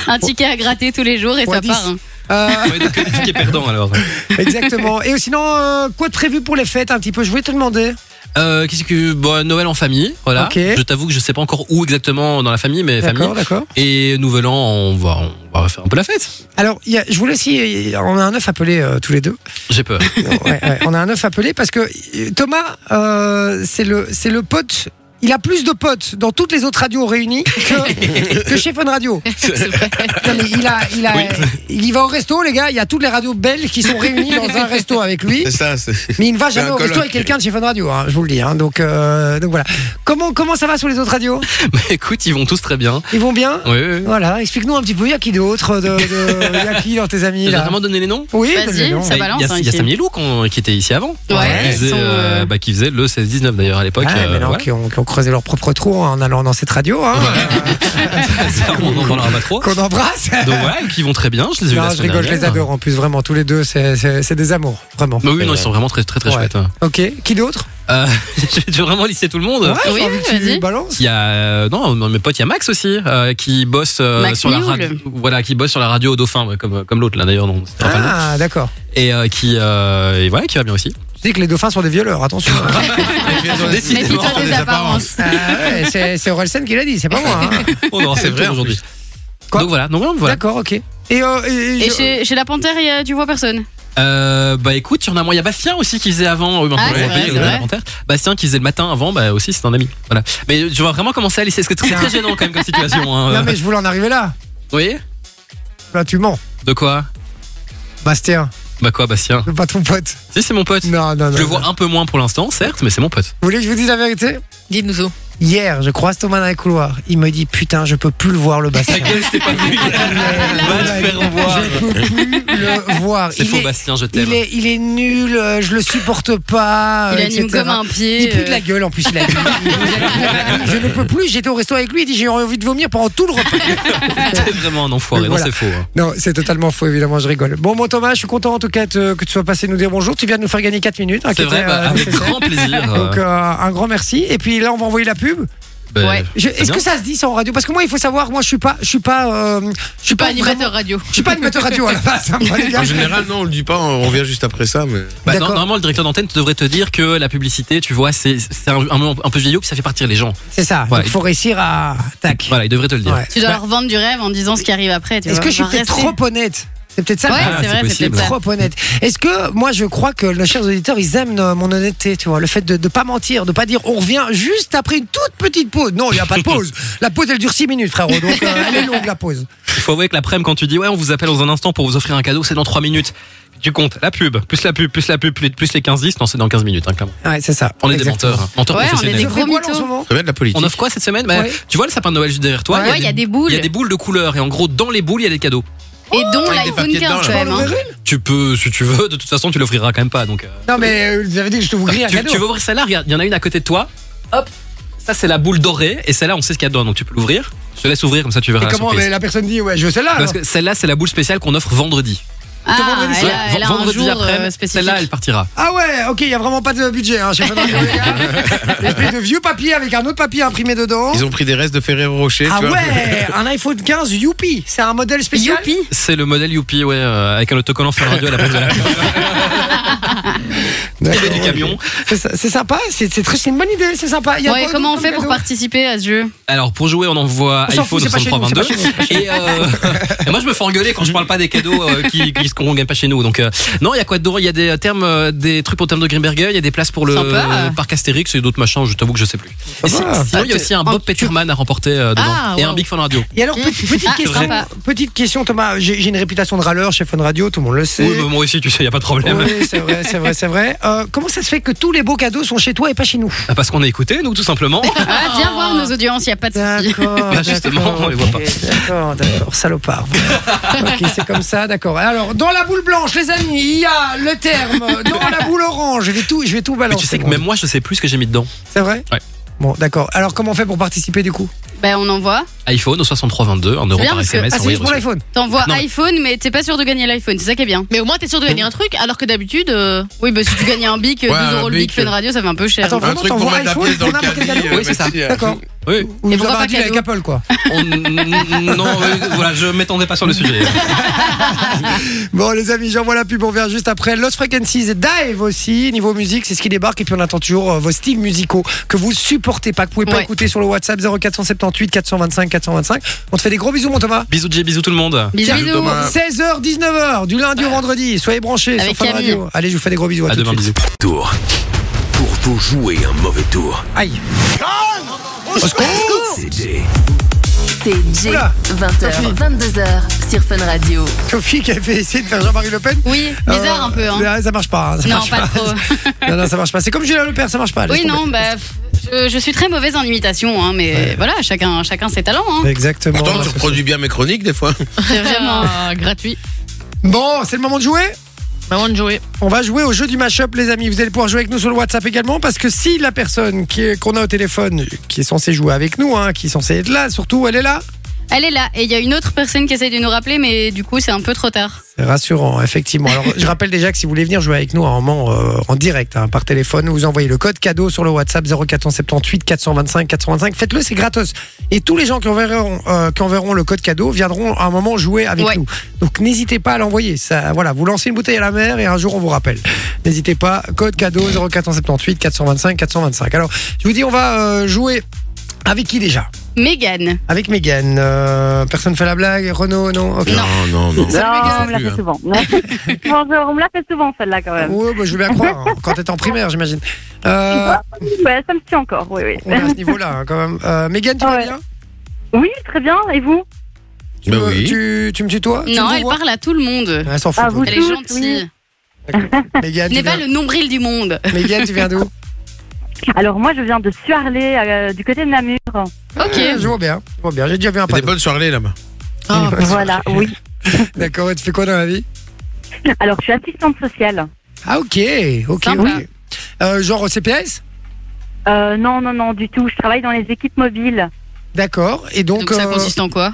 Speaker 4: Un ticket à gratter tous les jours et
Speaker 3: Fois
Speaker 4: ça
Speaker 3: dix.
Speaker 4: part. hein.
Speaker 3: Euh,
Speaker 7: Ouais, donc, le ticket perdant alors.
Speaker 3: Exactement. Et sinon, euh, quoi de prévu pour les fêtes un petit peu Je voulais te demander.
Speaker 7: Euh, Qu'est-ce que bon, Noël en famille, voilà.
Speaker 3: Ok.
Speaker 7: Je t'avoue que je sais pas encore où exactement dans la famille, mais famille.
Speaker 3: D'accord, d'accord.
Speaker 7: Et Nouvel An, on va, on va faire un peu la fête.
Speaker 3: Alors, il y a- je voulais si on a un œuf appelé euh, tous les deux.
Speaker 7: J'ai peur.
Speaker 3: Non, ouais, ouais, on a un œuf appelé parce que euh, Thomas, euh, c'est le c'est le pote. Il a plus de potes dans toutes les autres radios réunies que, que chez Fun Radio.
Speaker 5: C'est vrai.
Speaker 3: Non, mais il, a, il, a,
Speaker 7: Oui.
Speaker 3: il va au resto, les gars. Il y a toutes les radios belges qui sont réunies dans un resto avec lui.
Speaker 2: C'est ça. c'est-
Speaker 3: Mais il ne va
Speaker 2: C'est
Speaker 3: jamais
Speaker 2: un
Speaker 3: au resto
Speaker 2: colloque.
Speaker 3: avec quelqu'un de chez Fun Radio, hein, je vous le dis. hein. donc, euh, donc voilà. Comment, comment ça va sur les autres radios
Speaker 7: Mais écoute, ils vont tous très bien.
Speaker 3: Ils vont bien
Speaker 7: Oui, oui, oui.
Speaker 3: Voilà, explique-nous un petit peu, il y a qui d'autre de, de- il y a qui dans tes amis
Speaker 7: J'ai
Speaker 3: là
Speaker 7: vraiment donné les noms
Speaker 3: Oui,
Speaker 4: Vas-y,
Speaker 3: donne-le, non.
Speaker 4: Ça
Speaker 7: Il y a-
Speaker 4: balance,
Speaker 7: Il y a,
Speaker 4: hein,
Speaker 7: il y a
Speaker 4: ici.
Speaker 7: Samy Lou qu'on- qui était ici avant.
Speaker 4: Ouais,
Speaker 7: qui,
Speaker 4: ils
Speaker 7: faisait,
Speaker 4: sont,
Speaker 7: euh,
Speaker 4: euh,
Speaker 7: bah, qui faisait le 16-19 d'ailleurs à l'époque.
Speaker 3: Ouais,
Speaker 7: euh,
Speaker 3: Ah, mais non,
Speaker 7: voilà.
Speaker 3: qui, ont, qui ont creusé leur propre trou en allant dans cette radio, hein,
Speaker 7: Ça, on n'en parlera pas trop.
Speaker 3: euh, qu'on embrasse.
Speaker 7: Donc ouais, qui vont très bien. Je les ai vus
Speaker 3: Non,
Speaker 7: la
Speaker 3: je
Speaker 7: semaine
Speaker 3: rigole, je les
Speaker 7: dernière.
Speaker 3: adore en plus, vraiment, tous les deux, c'est- c'est c'est des amours, vraiment.
Speaker 7: Bah oui, non, ils sont vraiment très très très
Speaker 3: Ouais.
Speaker 7: chouettes. hein.
Speaker 3: Ok, qui d'autre
Speaker 7: Euh, je vais vraiment lister tout le monde.
Speaker 3: Ouais,
Speaker 4: Oui,
Speaker 3: j'ai envie que
Speaker 4: vas-y.
Speaker 3: tu balances.
Speaker 7: Il y a euh, non dans mes potes il y a Max aussi euh, qui bosse euh,
Speaker 4: Max
Speaker 7: sur la
Speaker 4: Mioul.
Speaker 7: radio voilà qui bosse sur la radio au dauphin ouais, comme comme l'autre là d'ailleurs non c'était pas le nom.
Speaker 3: Ah, d'accord.
Speaker 7: et euh, qui euh, et voilà qui va bien aussi
Speaker 3: Tu dis que les dauphins sont des violeurs, attention.
Speaker 7: Décidément,
Speaker 4: Méfie-toi des apparences.
Speaker 3: Ah ouais, c'est c'est Orelsen qui l'a dit, c'est pas moi. hein.
Speaker 7: on aura fait
Speaker 2: C'est
Speaker 7: le
Speaker 2: vrai,
Speaker 7: tour
Speaker 2: en
Speaker 7: aujourd'hui
Speaker 3: Quoi
Speaker 7: Donc voilà, donc voilà, voilà.
Speaker 3: D'accord, ok. Et, euh, et- et
Speaker 4: Et
Speaker 3: je-
Speaker 4: chez, chez la panthère, il y a- tu vois personne.
Speaker 7: Euh, bah écoute, il y en a moins. Il y a Bastien aussi qui faisait avant. Oui, mais
Speaker 4: Ah,
Speaker 7: enfin,
Speaker 4: c'est
Speaker 7: on
Speaker 4: vrai,
Speaker 7: paye,
Speaker 4: c'est
Speaker 7: on a
Speaker 4: vrai.
Speaker 7: l'inventaire. euh, Bastien qui faisait le matin avant, bah aussi c'est un ami. Voilà. Mais je vois vraiment comment ça allait. C'est c'est très gênant quand même comme situation. hein.
Speaker 3: Non, mais je voulais en arriver là.
Speaker 7: Vous voyez
Speaker 3: Là, tu mens.
Speaker 7: De quoi
Speaker 3: Bastien,
Speaker 7: Bah quoi, Bastien
Speaker 3: c'est pas ton pote.
Speaker 7: Si c'est mon pote.
Speaker 3: Non, non, non.
Speaker 7: Je le
Speaker 3: non.
Speaker 7: vois un peu moins pour l'instant, certes, mais c'est mon pote.
Speaker 3: Vous voulez que je vous dise la vérité
Speaker 5: Dites-nous où.
Speaker 3: Hier, je croise Thomas dans les couloirs. Il me dit Putain, je peux plus le voir, le Bastien.
Speaker 7: Va te faire voir.
Speaker 3: Je peux plus le voir.
Speaker 7: C'est
Speaker 3: Il
Speaker 7: faux,
Speaker 3: est,
Speaker 7: Bastien, je t'aime.
Speaker 3: il, est, il est nul, euh, je le supporte pas.
Speaker 4: Il
Speaker 3: euh,
Speaker 4: anime
Speaker 3: etc..
Speaker 4: comme un
Speaker 3: Il
Speaker 4: pied.
Speaker 3: pue de
Speaker 4: euh.
Speaker 3: la gueule en plus, il a dit. Je ne peux plus, j'étais au resto avec lui, il dit j'ai envie de vomir pendant tout le repas.
Speaker 7: C'est vraiment un enfoiré.
Speaker 3: Mais
Speaker 7: Non,
Speaker 3: voilà.
Speaker 7: c'est faux. hein.
Speaker 3: Non, c'est totalement faux, évidemment, je rigole. Bon, mon Thomas, je suis content en tout cas te- que tu sois passé nous dire bonjour. Tu viens de nous faire gagner 4 minutes. hein,
Speaker 7: C'est
Speaker 3: qui
Speaker 7: vrai,
Speaker 3: était,
Speaker 7: bah,
Speaker 3: euh,
Speaker 7: avec
Speaker 3: nécessaire.
Speaker 7: grand plaisir.
Speaker 3: Donc,
Speaker 7: euh,
Speaker 3: euh, un grand merci. Et puis là, on va envoyer la pub.
Speaker 7: bah,
Speaker 5: ouais.
Speaker 3: Je-
Speaker 7: C'est
Speaker 3: Est-ce que
Speaker 7: bien.
Speaker 3: ça se dit ça en radio Parce que moi, il faut savoir, moi, je suis pas, je suis pas, euh,
Speaker 5: Je suis pas animateur
Speaker 3: vraiment-
Speaker 5: radio.
Speaker 3: je suis pas animateur radio à la base. hein, moi, les gars.
Speaker 2: En général, non, on le dit pas, on revient juste après ça, mais.
Speaker 7: Bah, non,
Speaker 3: D'accord.
Speaker 7: normalement, le directeur d'antenne te devrait te dire que la publicité, tu vois, c'est c'est un, un moment un peu vieillot, puis ça fait partir les gens.
Speaker 3: C'est ça.
Speaker 7: Ouais.
Speaker 3: Il faut réussir à tac.
Speaker 7: Voilà, il devrait te le dire.
Speaker 3: Ouais.
Speaker 4: Tu dois
Speaker 2: Bah.
Speaker 4: leur vendre du rêve en disant ce qui arrive après. tu
Speaker 3: Est-ce
Speaker 4: vois.
Speaker 3: que je suis
Speaker 4: Genre,
Speaker 3: peut-être
Speaker 4: rester-
Speaker 3: trop honnête C'est peut-être ça.
Speaker 4: Ouais,
Speaker 7: Ah,
Speaker 4: c'est
Speaker 7: c'est
Speaker 4: vrai, c'est
Speaker 7: possible.
Speaker 4: peut-être ça.
Speaker 3: trop honnête. Est-ce que moi je crois que nos chers auditeurs ils aiment euh, mon honnêteté, tu vois, le fait de ne pas mentir, de pas dire on revient juste après une toute petite pause. Non, il n'y a pas de pause. La pause elle dure 6 minutes frérot, donc euh, elle est longue la pause.
Speaker 7: Il faut avouer que l'après-midi, quand tu dis, ouais, on vous appelle dans un instant pour vous offrir un cadeau, c'est dans 3 minutes. Tu comptes la pub, plus la pub, plus la pub, plus plus les 15-10. Non, c'est dans 15 minutes, hein, clairement.
Speaker 3: Ouais, c'est ça.
Speaker 7: On est des
Speaker 3: Exactement.
Speaker 7: menteurs. hein. Menteurs
Speaker 4: Ouais, on est
Speaker 7: professionnels.
Speaker 4: des
Speaker 3: Tu fais
Speaker 4: Gros
Speaker 3: quoi là, en
Speaker 4: mytho.
Speaker 3: ce moment
Speaker 2: Ça va être de la politique.
Speaker 7: On offre quoi cette semaine Bah,
Speaker 3: Ouais.
Speaker 7: Tu vois le sapin de Noël juste derrière toi
Speaker 4: Ouais, il y a des boules.
Speaker 7: Il y a des boules de couleur et en gros dans les boules il y a des cadeaux.
Speaker 4: Et dont
Speaker 2: Avec des
Speaker 4: l'iPhone
Speaker 2: papiers
Speaker 4: 15
Speaker 2: dedans,
Speaker 4: quand
Speaker 2: là.
Speaker 4: même. hein.
Speaker 7: Tu peux si tu veux, de toute façon tu l'offriras quand même pas donc. euh,
Speaker 3: Non mais euh, vous avez dit que je te vous grille un
Speaker 7: tu,
Speaker 3: cadeau.
Speaker 7: tu veux ouvrir celle-là Regarde, il y en a une à côté de toi. Hop, ça c'est la boule dorée et celle-là on sait ce qu'il y a dedans donc tu peux l'ouvrir. Je te laisse ouvrir comme ça tu verras
Speaker 3: Et
Speaker 7: la
Speaker 3: comment
Speaker 7: surprise.
Speaker 3: mais la personne dit ouais, je veux celle-là.
Speaker 7: Parce que celle-là c'est la boule spéciale qu'on offre vendredi.
Speaker 4: Ah, elle
Speaker 7: Ouais,
Speaker 4: a, elle a un
Speaker 7: vendredi
Speaker 4: jour
Speaker 7: après,
Speaker 4: euh, spécifique.
Speaker 7: Celle-là elle partira.
Speaker 3: Ah ouais, ok, il n'y a vraiment pas de budget. Hein, chez Fun Radio, les gars. Espèce de vieux papier avec un autre papier imprimé dedans.
Speaker 2: Ils ont pris des restes de Ferrero Rocher,
Speaker 3: Ah
Speaker 2: tu vois.
Speaker 3: ouais, un iPhone 15 Youpi, c'est un modèle spécial.
Speaker 4: Youpi
Speaker 7: C'est le modèle Youpi ouais euh, avec un autocollant sur radio à la place de la
Speaker 3: D'accord.
Speaker 7: du camion.
Speaker 3: C'est ça- c'est sympa, c'est c'est très- c'est une bonne idée, c'est sympa. Il y a
Speaker 4: Ouais,
Speaker 3: quoi
Speaker 4: comment on
Speaker 3: d'autre
Speaker 4: fait
Speaker 3: comme
Speaker 4: pour
Speaker 3: cadeau
Speaker 4: participer à ce jeu
Speaker 7: Alors pour jouer, on envoie
Speaker 3: On s'en
Speaker 7: iPhone
Speaker 3: fout, c'est pas chez nous,
Speaker 7: 6322.
Speaker 3: c'est pas
Speaker 7: Et, euh, et moi je me fais engueuler quand je parle pas des cadeaux euh, qui qui qu'on gagne pas chez nous. Donc euh, non, il y a quoi d'autre Il y a des euh, termes, euh, des trucs pour termes de Grimberger. Il y a des places pour le
Speaker 4: Sympa.
Speaker 7: parc Astérix et d'autres machins. Je t'avoue que je sais plus. Et si-
Speaker 3: va.
Speaker 7: sinon il y a aussi un Bob Peterman à remporter euh, dedans
Speaker 5: Ah,
Speaker 7: et
Speaker 5: wow.
Speaker 7: un Big Fan Radio.
Speaker 3: Et alors, petite, petite
Speaker 4: Ah,
Speaker 3: question,
Speaker 4: sympa.
Speaker 3: petite question, Thomas. J'ai j'ai une réputation de râleur chez Fun Radio, tout le monde le sait.
Speaker 7: Oui, mais moi aussi, tu sais, il y a pas de problème.
Speaker 3: Oui, c'est vrai, c'est vrai, c'est vrai. Euh, comment ça se fait que tous les beaux cadeaux sont chez toi et pas chez nous
Speaker 7: Ah, Parce qu'on a écouté nous tout simplement.
Speaker 4: Ah, Viens voir nos audiences, il n'y a pas de souci.
Speaker 3: D'accord.
Speaker 7: Bah, justement,
Speaker 3: d'accord,
Speaker 7: on les voit
Speaker 3: ok,
Speaker 7: pas.
Speaker 3: D'accord, d'accord, salopard. Voilà. ok, c'est comme ça, d'accord. Alors, dans la boule blanche, les amis, il y a le terme. Dans la boule orange, je vais tout, je vais tout
Speaker 7: Mais
Speaker 3: balancer.
Speaker 7: tu sais que
Speaker 3: moi.
Speaker 7: même moi, je sais plus ce que j'ai mis dedans.
Speaker 3: C'est vrai
Speaker 7: Ouais.
Speaker 3: Bon, d'accord. Alors, comment on fait pour participer du coup
Speaker 4: Ben, on envoie.
Speaker 7: iPhone au 6322, en euros
Speaker 4: bien
Speaker 7: par
Speaker 4: parce que-
Speaker 7: SMS.
Speaker 3: Ah, c'est
Speaker 7: envoyé
Speaker 3: juste pour
Speaker 7: reçu.
Speaker 3: l'iPhone.
Speaker 4: T'envoies
Speaker 7: Non, mais-
Speaker 4: iPhone, mais t'es pas sûr de gagner l'iPhone, c'est ça qui est bien.
Speaker 5: Mais au moins, t'es sûr de gagner un truc, alors que d'habitude. euh,
Speaker 4: Oui, bah si tu gagnes un bic, euh,
Speaker 2: Ouais,
Speaker 4: 12 euros
Speaker 2: un
Speaker 4: le bic
Speaker 2: bic,
Speaker 4: Fun Radio, ça fait un peu cher.
Speaker 3: Attends,
Speaker 2: Un
Speaker 3: vraiment,
Speaker 2: truc
Speaker 3: t'envoies
Speaker 2: pour mettre la
Speaker 3: iPhone,
Speaker 2: pièce dans le
Speaker 3: t'en as marqué le
Speaker 2: caddie.
Speaker 3: cadeau
Speaker 2: euh,
Speaker 7: Oui, c'est ça.
Speaker 2: merci, euh,
Speaker 3: D'accord.
Speaker 7: Oui.
Speaker 3: Ou
Speaker 4: Et
Speaker 3: vous
Speaker 4: pourquoi
Speaker 3: avez
Speaker 4: pas
Speaker 3: un deal avec
Speaker 4: cadeau
Speaker 3: Apple, quoi.
Speaker 7: On- Non, euh, voilà, je m'étendais pas sur le sujet.
Speaker 3: Bon, les amis, j'envoie la pub, on revient juste après. Lost Frequencies et Dive aussi, niveau musique, c'est ce qui débarque. Et puis, on attend toujours euh, vos styles musicaux que vous supportez pas, que vous pouvez pas
Speaker 4: Ouais.
Speaker 3: écouter sur le WhatsApp 0478 425 425. On te fait des gros bisous, mon Thomas.
Speaker 7: Bisous, Jay, bisous tout le monde.
Speaker 4: Bisous,
Speaker 2: Salut,
Speaker 4: bisous.
Speaker 2: Thomas.
Speaker 3: 16h, 19h, du lundi au vendredi. Soyez branchés
Speaker 4: Avec
Speaker 3: sur Fun
Speaker 4: Camille.
Speaker 3: Radio. Allez, je vous fais des gros bisous. À,
Speaker 7: À
Speaker 3: tout de
Speaker 7: demain,
Speaker 3: suite.
Speaker 7: bisous.
Speaker 6: Tour. Pour vous jouer un mauvais tour,
Speaker 3: Aïe.
Speaker 6: c'est Jay.
Speaker 1: C'est Jay,
Speaker 3: Oula,
Speaker 1: 20h, 22h sur Fun Radio.
Speaker 3: Sophie qui avait essayé de faire Jean-Marie Le Pen.
Speaker 4: Oui, bizarre
Speaker 3: Euh,
Speaker 4: un peu. Hein.
Speaker 3: ah, Ça marche pas. hein, ça
Speaker 4: Non,
Speaker 3: marche
Speaker 4: pas trop.
Speaker 3: non, non, ça marche pas. C'est comme Julien Lepers, ça marche pas. laisse
Speaker 4: Oui,
Speaker 3: tomber.
Speaker 4: non, bah. pff, Je, je suis très mauvaise en imitation, hein, mais voilà, chacun, chacun ses talents. Hein.
Speaker 3: Exactement.
Speaker 2: Pourtant, tu reproduis bien mes chroniques des fois.
Speaker 5: C'est vraiment euh, gratuit. Bah,
Speaker 3: Bon, c'est le moment de jouer.
Speaker 5: Maman de jouer.
Speaker 3: On va jouer au jeu du mashup, les amis. Vous allez pouvoir jouer avec nous sur le WhatsApp également, parce que si la personne qui est- qu'on a au téléphone, qui est censée jouer avec nous, hein, qui est censée être là, surtout, elle est là.
Speaker 4: Elle est là, et il y a une autre personne qui essaie de nous rappeler, mais du coup, c'est un peu trop tard.
Speaker 3: C'est rassurant, effectivement. Alors, je rappelle déjà que si vous voulez venir jouer avec nous à un moment euh, en direct, hein, par téléphone, vous envoyez le code cadeau sur le WhatsApp 0478 425 425. Faites-le, c'est gratos. Et tous les gens qui enverront, euh, qui enverront le code cadeau viendront à un moment jouer avec
Speaker 4: Ouais.
Speaker 3: nous. Donc, n'hésitez pas à l'envoyer. Ça, voilà, vous lancez une bouteille à la mer et un jour on vous rappelle. N'hésitez pas, code cadeau 0478 425 425. Alors, je vous dis, on va euh, jouer avec qui déjà
Speaker 4: Mégane.
Speaker 3: Avec Megan. euh, personne fait la blague Renaud, non Ok.
Speaker 2: Non, non, non.
Speaker 8: Non, on me
Speaker 2: non
Speaker 8: la
Speaker 2: plus,
Speaker 8: fait
Speaker 2: hein.
Speaker 8: souvent. Non. Bonjour, on me la fait souvent celle-là quand même.
Speaker 3: Ouais, bah, je veux bien croire, hein, quand t'étais en primaire, j'imagine. Euh,
Speaker 8: Ouais, ça me tue encore, oui, oui.
Speaker 3: on est à ce niveau-là, hein, quand même. Euh, Megan, tu vas
Speaker 8: Ouais.
Speaker 3: bien
Speaker 8: Oui, très bien, et vous
Speaker 3: tu,
Speaker 2: Bah
Speaker 3: me-
Speaker 2: oui.
Speaker 3: tu, tu me tutoies Tu
Speaker 4: Non,
Speaker 3: me
Speaker 4: elle
Speaker 3: vois
Speaker 4: parle à tout le monde.
Speaker 3: Elle s'en fout.
Speaker 8: Ah, vous-
Speaker 4: Elle est
Speaker 8: Tous,
Speaker 4: gentille.
Speaker 3: Megan,
Speaker 4: Elle
Speaker 3: tu,
Speaker 4: n'est pas
Speaker 3: viens...
Speaker 4: le nombril du monde.
Speaker 3: Megan, tu viens d'où
Speaker 8: Alors moi, je viens de Suarlet, euh, du côté de Namur.
Speaker 4: Ok.
Speaker 3: Euh, Je vois bien, je vois bien. J'ai déjà vu un
Speaker 2: C'est des
Speaker 3: panneau.
Speaker 2: bonnes soirées là-bas.
Speaker 3: Oh.
Speaker 5: Ah,
Speaker 8: Voilà, oui.
Speaker 3: D'accord, et tu fais quoi dans la vie
Speaker 8: Alors, je suis assistante sociale.
Speaker 3: Ah ok, ok,
Speaker 4: Sympa.
Speaker 3: ok. Euh, genre au CPS
Speaker 8: Euh, non, non, non, du tout. Je travaille dans les équipes mobiles.
Speaker 3: D'accord, et donc...
Speaker 4: Donc ça
Speaker 3: euh,
Speaker 4: consiste en quoi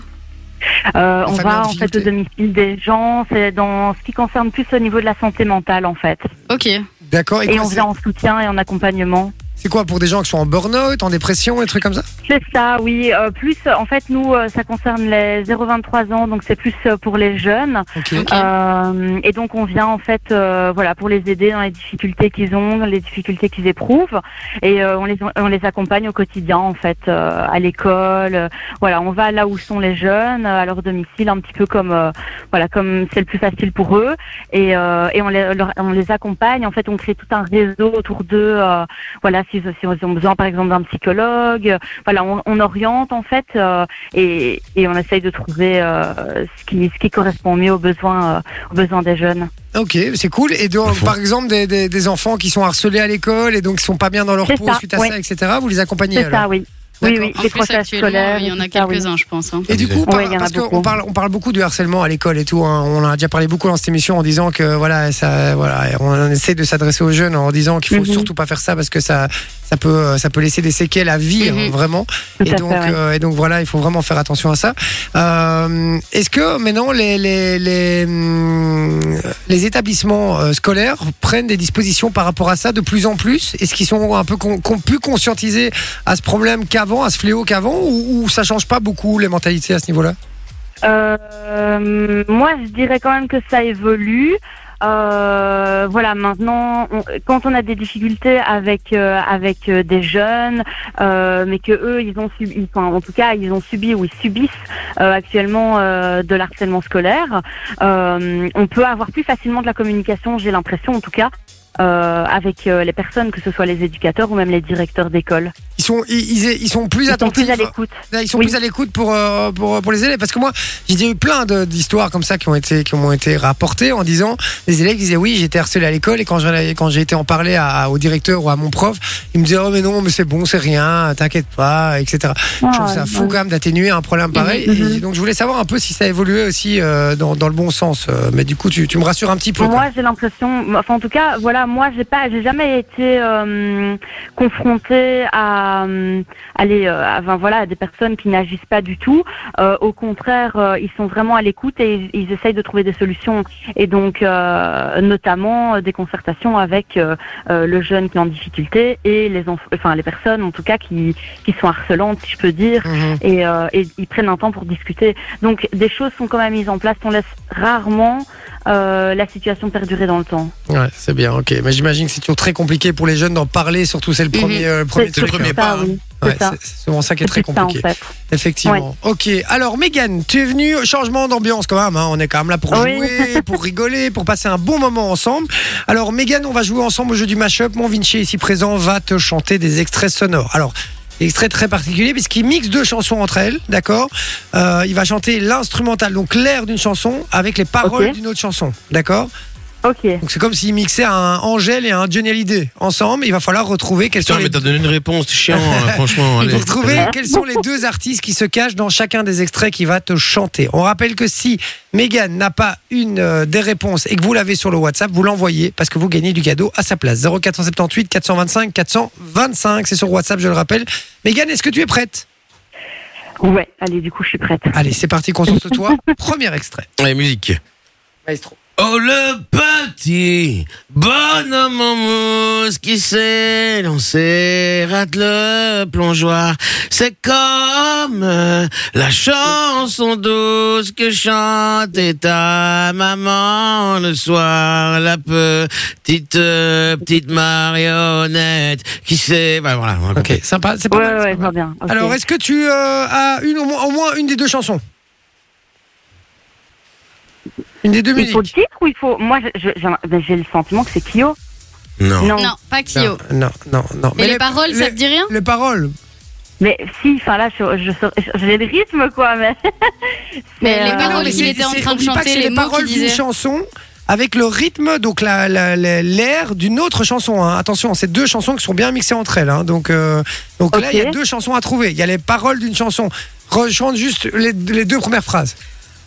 Speaker 8: Euh, on
Speaker 3: familles en
Speaker 8: va en fait
Speaker 3: difficulté.
Speaker 8: au domicile des gens. C'est dans ce qui concerne plus au niveau de la santé mentale en fait.
Speaker 4: Ok.
Speaker 2: euh,
Speaker 3: D'accord, et,
Speaker 8: Et,
Speaker 3: quoi,
Speaker 8: on
Speaker 3: c'est-
Speaker 8: vient en soutien et en accompagnement.
Speaker 3: c'est quoi pour des gens qui sont en burn-out, en dépression, et trucs comme ça
Speaker 8: C'est ça, oui. Euh, plus, en fait, nous, euh, ça concerne les 0-23 ans, donc c'est plus euh, pour les jeunes.
Speaker 3: Ok.
Speaker 4: Ok.
Speaker 8: Euh, et donc, on vient en fait, euh, voilà, pour les aider dans les difficultés qu'ils ont, dans les difficultés qu'ils éprouvent, et euh, on les on les accompagne au quotidien, en fait, euh, à l'école. Euh, voilà, on va là où sont les jeunes, euh, à leur domicile, un petit peu comme, euh, voilà, comme c'est le plus facile pour eux, et euh, et on les leur- on les accompagne. En fait, on crée tout un réseau autour d'eux. euh, voilà, si si ils ont besoin, par exemple, d'un psychologue, voilà, on, on oriente en fait euh, et, et on essaye de trouver euh, ce, qui, ce qui correspond mieux aux besoins, euh, aux besoins des jeunes.
Speaker 3: Ok, c'est cool. Et donc,
Speaker 2: À fond.
Speaker 3: par exemple, des, des- des enfants qui sont harcelés à l'école et donc qui sont pas bien dans leur
Speaker 8: C'est
Speaker 3: peau
Speaker 8: ça,
Speaker 3: suite à
Speaker 8: ouais.
Speaker 3: ça, etc., vous les accompagnez
Speaker 8: C'est
Speaker 3: alors
Speaker 8: ça, oui. Oui,
Speaker 3: D'accord.
Speaker 8: oui,
Speaker 4: En
Speaker 8: les
Speaker 4: plus,
Speaker 8: prochains
Speaker 4: actuellement,
Speaker 8: scolaires.
Speaker 4: il y en a
Speaker 8: c'est ça, oui.
Speaker 4: quelques-uns, je pense. hein.
Speaker 3: Et du coup, par-
Speaker 8: Ouais, il y en a
Speaker 3: parce qu'on
Speaker 8: beaucoup.
Speaker 3: parle, on parle beaucoup du harcèlement à l'école et tout. hein. On en a déjà parlé beaucoup dans cette émission en disant que voilà, ça, voilà, on essaie de s'adresser aux jeunes en disant qu'il faut
Speaker 8: Mhm.
Speaker 3: surtout pas faire ça parce que ça, ça peut, euh, ça peut laisser des séquelles à vie, hein,
Speaker 4: Mhm.
Speaker 3: vraiment.
Speaker 8: Tout
Speaker 3: Et
Speaker 8: à
Speaker 3: donc,
Speaker 8: fait, ouais.
Speaker 3: euh, et donc voilà, il faut vraiment faire attention à ça. Euh, Est-ce que maintenant les les les, hum, les établissements euh, scolaires prennent des dispositions par rapport à ça de plus en plus Est-ce qu'ils sont un peu con, con- plus conscientisés à ce problème qu'avant, à ce fléau qu'avant, ou, ou ça change pas beaucoup les mentalités à ce niveau-là
Speaker 8: Euh, moi, je dirais quand même que ça évolue. Euh, voilà, maintenant, on- quand on a des difficultés avec euh, avec euh, des jeunes, euh, mais que eux, ils ont subi, ils- enfin, en tout cas, ils ont subi ou ils subissent euh, actuellement euh, de l'harcèlement scolaire, euh, on peut avoir plus facilement de la communication, j'ai l'impression, en tout cas, euh, avec euh, les personnes, que ce soit les éducateurs ou même les directeurs d'école.
Speaker 3: Ils sont ils, ils- ils sont plus
Speaker 8: Ils sont
Speaker 3: attentifs.
Speaker 8: plus à l'écoute.
Speaker 3: Là, ils sont
Speaker 8: Oui.
Speaker 3: plus à l'écoute pour, euh, pour pour les élèves parce que moi j'ai déjà eu plein de- d'histoires comme ça qui ont été qui m'ont été rapportées en disant les élèves disaient oui j'étais harcelé à l'école et quand j'allais- quand j'ai été en parler à- au directeur ou à mon prof il me disait oh mais non mais c'est bon c'est rien t'inquiète pas etc je trouve ça
Speaker 8: Ah,
Speaker 3: fou quand même d'atténuer un problème pareil
Speaker 8: Mhm.
Speaker 3: Et donc je voulais savoir un peu si ça évoluait aussi euh, dans, dans le bon sens Euh, mais du coup tu, tu me rassures un petit peu quoi.
Speaker 8: Moi, j'ai l'impression, enfin en tout cas, voilà, moi j'ai pas, j'ai jamais été euh, confrontée à, euh, à les, euh, à- enfin, voilà, à des personnes qui n'agissent pas du tout. Euh, au contraire, euh, ils sont vraiment à l'écoute et ils, ils essayent de trouver des solutions. Et donc, euh, notamment euh, des concertations avec euh, euh, le jeune qui est en difficulté et les, enf- enfin les personnes en tout cas qui, qui sont harcelantes, si je peux dire
Speaker 3: Mhm.
Speaker 8: et, euh, et ils prennent un temps pour discuter. Donc des choses sont quand même mises en place. On laisse rarement euh, la situation perdurer dans le temps.
Speaker 3: ouais c'est bien ok mais j'imagine que c'est toujours très compliqué pour les jeunes d'en parler surtout c'est le
Speaker 4: Mhm.
Speaker 3: premier euh, le premier
Speaker 8: Mm-hmm. C'est
Speaker 2: le
Speaker 3: truc,
Speaker 2: premier
Speaker 3: hein.
Speaker 8: ça,
Speaker 2: pas, hein.
Speaker 8: oui. C'est
Speaker 3: Ouais,
Speaker 8: ça.
Speaker 3: c'est c'est souvent ça qui est très
Speaker 8: C'est ça, en
Speaker 3: compliqué
Speaker 8: fait.
Speaker 3: Effectivement. Ok. Alors, Megan, tu es venue, changement d'ambiance quand même. hein. On est quand même là pour
Speaker 8: Oui.
Speaker 3: jouer, pour rigoler, pour passer un bon moment ensemble. Alors, Megan, on va jouer ensemble au jeu du mashup. Mon Vinci, ici présent, va te chanter des extraits sonores. Alors, extrait très particulier puisqu'il mixe deux chansons entre elles, d'accord Euh, Il va chanter l'instrumental, donc l'air d'une chanson avec les paroles
Speaker 8: Ok.
Speaker 3: d'une autre chanson, d'accord
Speaker 8: Ok.
Speaker 3: Donc, c'est comme s'il mixait un Angèle et un Johnny Hallyday ensemble. Il va falloir retrouver quelles sont
Speaker 2: Putain,
Speaker 3: les
Speaker 2: mais t'as donné une réponse, c'est chiant, hein, franchement. allez.
Speaker 3: pour trouver quels sont les deux artistes qui se cachent dans chacun des extraits qui va te chanter. On rappelle que si Megan n'a pas une euh, des réponses et que vous l'avez sur le WhatsApp, vous l'envoyez parce que vous gagnez du cadeau à sa place. 0478 425 425, c'est sur WhatsApp, je le rappelle. Megan, est-ce que tu es prête
Speaker 8: Ouais. Allez, du coup, je suis prête.
Speaker 3: Allez, c'est parti, concentre-toi. Premier extrait.
Speaker 2: Allez, musique.
Speaker 3: Maestro.
Speaker 2: Oh le petit bonhomme en mousse qui s'est lancé, rate le plongeoir. C'est comme euh, la chanson douce que chantait ta maman le soir. La petite, euh, petite marionnette qui s'est... Voilà, voilà, on a compris.
Speaker 3: Ok, sympa. C'est pas
Speaker 8: Ouais,
Speaker 3: mal,
Speaker 8: ouais,
Speaker 3: bah, c'est
Speaker 8: ouais, je
Speaker 3: pas mal.
Speaker 8: vois bien. ok.
Speaker 3: Alors, est-ce que tu euh, as une, au, moins, au moins une des deux chansons Une des deux
Speaker 8: il
Speaker 3: musiques
Speaker 8: faut le titre ou il faut. Moi, je- je- j'ai ben, j'ai le sentiment que c'est Kyo.
Speaker 2: Non.
Speaker 4: Oh. Non, pas
Speaker 3: non,
Speaker 4: Kyo.
Speaker 3: non, non, non.
Speaker 4: Et les, paroles, ça te dit rien
Speaker 3: Les paroles
Speaker 8: Mais si, enfin là, je- je saurais- je- j'ai le rythme, quoi. Mais,
Speaker 4: Mais les
Speaker 8: euh,
Speaker 4: paroles
Speaker 3: mais
Speaker 4: qu'il
Speaker 3: c'est-
Speaker 4: était en
Speaker 3: c'est-
Speaker 4: train de
Speaker 3: oublie pas
Speaker 4: chanter,
Speaker 3: que c'est
Speaker 4: les
Speaker 3: les
Speaker 4: mots qu'il
Speaker 3: paroles d'une
Speaker 4: disait.
Speaker 3: chanson avec le rythme, donc la- la- la- l'air d'une autre chanson. hein. Attention, c'est deux chansons qui sont bien mixées entre elles. hein. Donc, euh, donc là,
Speaker 8: Ok.
Speaker 3: il y a deux chansons à trouver. Il y a les paroles d'une chanson. Rechante juste les, les deux premières phrases.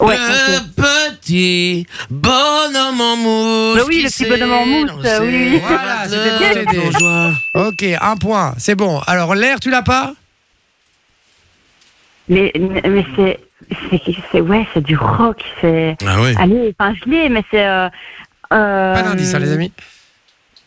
Speaker 8: ouais,
Speaker 2: le
Speaker 8: ok.
Speaker 2: petit bonhomme en mousse.
Speaker 8: Mais Bah oui,
Speaker 2: qui
Speaker 8: le petit
Speaker 2: s'est
Speaker 8: bonhomme en mousse,
Speaker 2: lancé,
Speaker 8: oui, oui.
Speaker 3: Voilà,
Speaker 2: rate
Speaker 3: c'était pour
Speaker 2: le
Speaker 3: t'aider.
Speaker 2: plongeoir.
Speaker 3: Ok, un point, c'est bon. Alors l'air, tu l'as pas
Speaker 8: mais, mais c'est. c'est- c'est- Ouais, c'est du rock. C'est.
Speaker 2: Ah oui.
Speaker 8: Allez, enfin, je l'ai, mais c'est. Euh, euh,
Speaker 3: Pas d'indice, hein, les amis.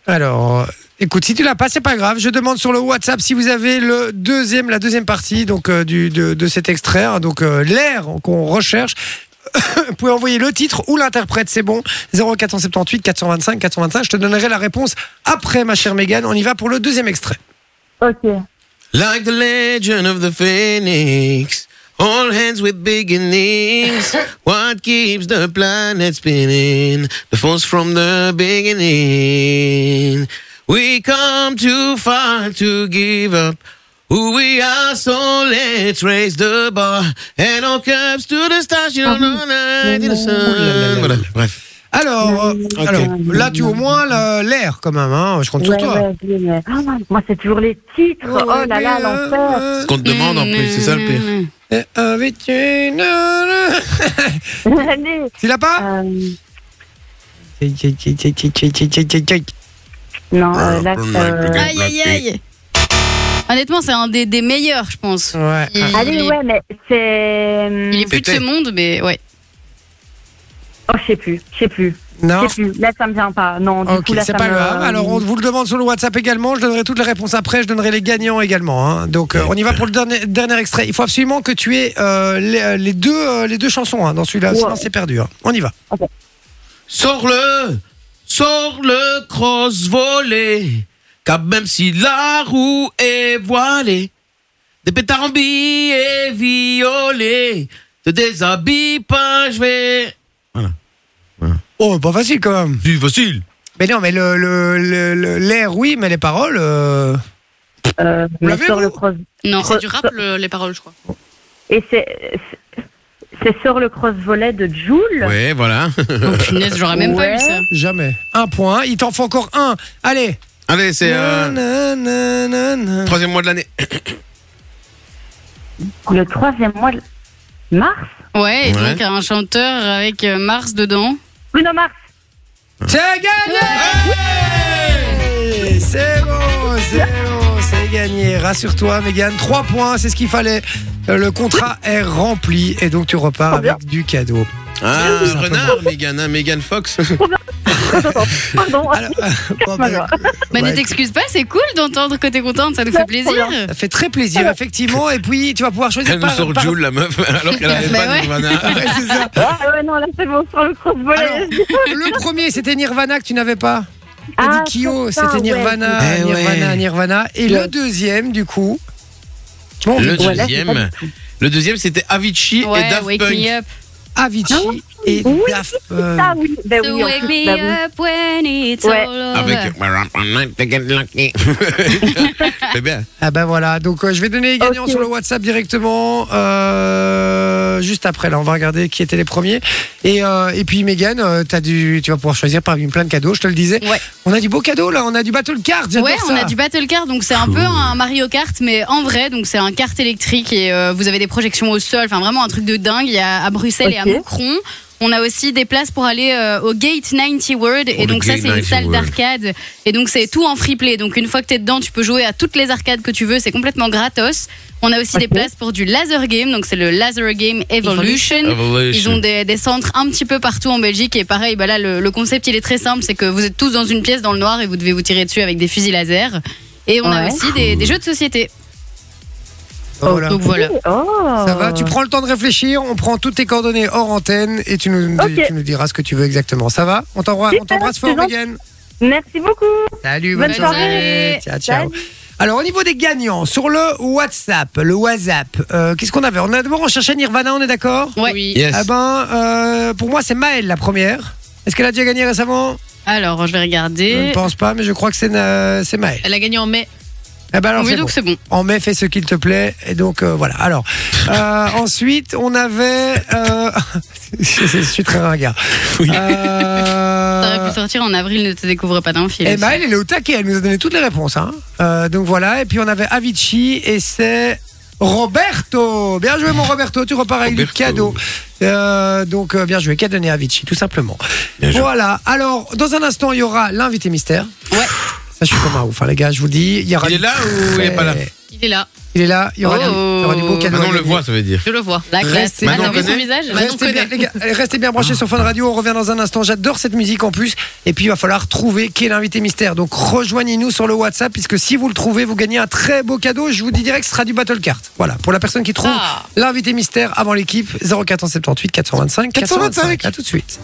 Speaker 3: Alors, euh, écoute, si tu l'as pas, c'est pas grave. Je demande sur le WhatsApp si vous avez le deuxième, la deuxième partie donc euh, du, de, de cet extrait, hein, donc euh, l'air qu'on recherche. Vous pouvez envoyer le titre ou l'interprète, c'est bon. 0478 425 425. Je te donnerai la réponse après, ma chère Mégane. On y va pour le deuxième extrait.
Speaker 8: Ok.
Speaker 2: Like the legend of the phoenix, all hands with beginnings. what keeps the planet spinning? The force from the beginning. We come too far to give up. Who we are, so let's raise the bar and all cups to the stars. You don't know night in the sun. Voilà, bref.
Speaker 3: Alors, euh, alors, là, tu as au moins la- l'air quand même. hein. Je compte sur
Speaker 8: Ouais,
Speaker 3: toi.
Speaker 8: ouais, je l'ai, mais- Oh, moi, c'est toujours les titres. Oh, là là, l'enfer.
Speaker 3: Euh,
Speaker 2: qu'on te demande en plus, c'est ça le pire.
Speaker 3: euh, avec une-
Speaker 8: Allez.
Speaker 3: Tu l'as pas
Speaker 8: euh,
Speaker 3: T'as
Speaker 8: non, euh, là, euh,
Speaker 4: Aïe, aïe, aïe. Honnêtement, c'est un des, des meilleurs, je pense. Il,
Speaker 8: Allez, ouais, mais
Speaker 4: il
Speaker 8: c'est.
Speaker 4: est plus de
Speaker 2: Ah. C'était.
Speaker 4: ce monde, mais ouais.
Speaker 8: Oh, je sais plus, je sais plus.
Speaker 3: Non.
Speaker 8: Je sais plus. Là, ça me vient pas. Non, du
Speaker 3: Ok,
Speaker 8: coup, là,
Speaker 3: c'est
Speaker 8: ça
Speaker 3: pas
Speaker 8: me-
Speaker 3: grave. Alors, on vous le demande sur le WhatsApp également. Je donnerai toutes les réponses après. Je donnerai les gagnants également. hein. Donc, euh, on y va pour le dernier, dernier extrait. Il faut absolument que tu aies euh, les, les deux, euh, les deux chansons hein, dans celui-là.
Speaker 8: Ouais.
Speaker 3: Sinon, c'est perdu. hein. On y va.
Speaker 2: Sors-le, sors-le cross-volé, car même si la roue est voilée, des pétards en billes et violets, te déshabille pas, je vais...
Speaker 3: Oh, pas facile quand même.
Speaker 2: C'est facile
Speaker 3: Mais non, mais l'air, le, le, le- l'air, oui, mais les paroles. euh,
Speaker 8: Euh, mais
Speaker 3: l'avez,
Speaker 8: sur
Speaker 3: vous
Speaker 8: le cross...
Speaker 4: Non.
Speaker 5: C'est du rap, le- les paroles, je crois.
Speaker 8: Et c'est. c'est- C'est sur le cross-volet de Joule.
Speaker 2: Ouais, voilà.
Speaker 4: Oh, punaise, j'aurais même pas eu ça.
Speaker 3: Jamais. Un point. hein. Il t'en faut encore un. Allez.
Speaker 2: Allez, c'est euh,
Speaker 3: Nananana.
Speaker 2: troisième mois de l'année.
Speaker 8: Le troisième mois de... Mars
Speaker 4: Ouais, et
Speaker 2: Ouais.
Speaker 4: donc un chanteur avec euh, Mars dedans.
Speaker 8: Bruno Mars
Speaker 3: C'est gagné Ouais C'est bon, c'est bon, c'est gagné. Rassure-toi, Mégane, 3 points, c'est ce qu'il fallait. Euh, Le contrat est rempli et donc tu repars avec du cadeau.
Speaker 2: Ah, renard, Megan, hein, Megan Fox.
Speaker 8: Pardon
Speaker 3: Alors, bon, bah,
Speaker 8: joie.
Speaker 4: Bah,
Speaker 3: ouais,
Speaker 4: ne t'excuse pas, c'est cool d'entendre que t'es contente, ça nous fait plaisir.
Speaker 3: ça fait très plaisir, effectivement. Et puis, tu vas pouvoir choisir
Speaker 2: Elle nous
Speaker 3: par,
Speaker 2: sort
Speaker 3: par-
Speaker 2: Jules, la meuf, alors qu'elle avait
Speaker 4: Bah
Speaker 2: pas
Speaker 4: ouais.
Speaker 2: Nirvana.
Speaker 3: Ouais, c'est ça.
Speaker 8: Ah ouais, non, là, c'est bon, sur le
Speaker 3: Alors,
Speaker 8: cross-volet.
Speaker 3: le premier, c'était Nirvana que tu n'avais pas. T'as
Speaker 8: Ah,
Speaker 3: dit Kyo,
Speaker 8: c'est ça,
Speaker 3: c'était
Speaker 8: ouais.
Speaker 3: Nirvana,
Speaker 2: Eh ouais.
Speaker 3: Nirvana, Nirvana. Et le
Speaker 8: Ouais.
Speaker 3: deuxième, du coup. Bon,
Speaker 2: Le
Speaker 8: Ouais, là, c'est pas
Speaker 2: deuxième, le deuxième c'était Avicii et
Speaker 4: Ouais,
Speaker 2: Daft
Speaker 4: wake
Speaker 2: Punk.
Speaker 4: me up.
Speaker 3: Avicii et
Speaker 8: Ah Oui,
Speaker 3: Daft
Speaker 8: Ah
Speaker 3: Punk.
Speaker 8: oui, ben
Speaker 4: So
Speaker 8: oui, en
Speaker 4: wake
Speaker 8: plus,
Speaker 4: me
Speaker 8: bah oui.
Speaker 4: up when it's
Speaker 8: Ouais.
Speaker 4: all over.
Speaker 2: Avec. C'est bien.
Speaker 3: Ah ben voilà, donc euh, je vais donner les gagnants
Speaker 8: Ok.
Speaker 3: sur le WhatsApp directement euh, juste après. Là, on va regarder qui étaient les premiers. Et, euh, et puis Megan, euh, t'as du, tu vas pouvoir choisir parmi plein de cadeaux. Je te le disais.
Speaker 4: Ouais.
Speaker 3: On a du beau cadeau là, on a du battle card. j'adore
Speaker 4: Ouais, on
Speaker 3: ça.
Speaker 4: a du Battle Kart, donc c'est un peu un Mario Kart, mais en vrai, donc c'est un kart électrique et euh, vous avez des projections au sol, enfin vraiment un truc de dingue. Il y a à Bruxelles et à
Speaker 8: Ok.
Speaker 4: Moucron. On a aussi des places pour aller euh, au Gate 90 World.
Speaker 2: Oh,
Speaker 4: et
Speaker 2: le
Speaker 4: donc, ça,
Speaker 2: Gate
Speaker 4: c'est une
Speaker 2: 90
Speaker 4: salle
Speaker 2: World.
Speaker 4: d'arcade. Et donc, c'est tout en free play. Donc, une fois que tu es dedans, tu peux jouer à toutes les arcades que tu veux. C'est complètement gratos. On a aussi des places pour du laser game. Donc, c'est le laser game Evolution. Ils ont des, des centres un petit peu partout en Belgique et pareil, bah là le, le concept il est très simple, c'est que vous êtes tous dans une pièce dans le noir et vous devez vous tirer dessus avec des fusils laser. Et on a
Speaker 8: Ouais.
Speaker 4: aussi des, des jeux de société.
Speaker 3: Ah, Voilà.
Speaker 4: Donc voilà.
Speaker 8: Oh.
Speaker 3: Ça va, tu prends le temps de réfléchir, on prend toutes tes coordonnées hors antenne et tu nous,
Speaker 8: Ok.
Speaker 3: tu nous diras ce que tu veux exactement. Ça va On t'embrasse on
Speaker 8: Super,
Speaker 3: t'embrasse fort,
Speaker 8: c'est gentil.
Speaker 3: Megan.
Speaker 8: Merci beaucoup.
Speaker 3: Salut,
Speaker 8: Bonne soirée.
Speaker 3: Ciao, ciao.
Speaker 8: Salut.
Speaker 3: Alors, au niveau des gagnants, sur le WhatsApp, le WhatsApp, euh, qu'est-ce qu'on avait On a d'abord recherché Nirvana, on est d'accord
Speaker 4: Ouais.
Speaker 5: Oui.
Speaker 2: Yes.
Speaker 3: Ah ben, euh, pour moi, c'est Maëlle la première. Est-ce qu'elle a déjà gagné récemment
Speaker 4: Alors je vais
Speaker 3: Je ne
Speaker 4: regarder.
Speaker 3: pense pas, mais je crois que c'est euh, c'est Maëlle.
Speaker 5: Elle a gagné en mai.
Speaker 3: Eh ben alors,
Speaker 4: oui
Speaker 3: c'est
Speaker 4: donc
Speaker 3: bon.
Speaker 4: c'est bon.
Speaker 3: En mai, fais ce qu'il te plaît. Et donc, euh, voilà. Alors, euh, ensuite, on avait. euh, je, je suis très ringard. Euh,
Speaker 4: Ça aurait pu sortir en avril, ne te découvre pas d'un film.
Speaker 3: Eh ben, elle, elle est au taquet, elle nous a donné toutes les réponses. hein. Euh, donc voilà, et puis on avait Avicii et c'est Roberto. Bien joué mon Roberto, tu repars avec du
Speaker 2: Roberto.
Speaker 3: cadeau. Euh, donc euh, bien joué, qu'a donné Avicii, tout simplement.
Speaker 2: Bien joué.
Speaker 3: Voilà, alors dans un instant, il y aura l'invité mystère.
Speaker 4: Ouais.
Speaker 3: Ça, je suis comme un ouf, hein, les gars, je vous le dis. Il, y aura
Speaker 2: Il est
Speaker 3: du-
Speaker 2: là ou il est pas là
Speaker 5: Il est là.
Speaker 3: Il est là, il y aura, du-
Speaker 4: Oh.
Speaker 3: il y aura du beau cadeau.
Speaker 2: Maintenant, on
Speaker 3: à
Speaker 2: le
Speaker 3: gagner.
Speaker 2: voit, ça veut dire.
Speaker 5: Je le vois.
Speaker 4: La classe.
Speaker 3: Restez-
Speaker 4: Maintenant,
Speaker 2: Maintenant,
Speaker 4: on
Speaker 2: on
Speaker 4: vu son
Speaker 2: connaît
Speaker 4: visage Maintenant, on
Speaker 3: Restez bien,
Speaker 4: connaît.
Speaker 3: les gars, restez bien branchés sur Fun Radio. On revient dans un instant. J'adore cette musique en plus. Et puis, il va falloir trouver qui est l'invité mystère. Donc, rejoignez-nous sur le WhatsApp, puisque si vous le trouvez, vous gagnez un très beau cadeau. Je vous dis direct, ce sera du Battle Card. Voilà. Pour la personne qui trouve
Speaker 5: Ah.
Speaker 3: l'invité mystère avant l'équipe, 0478 425 425. À tout de suite.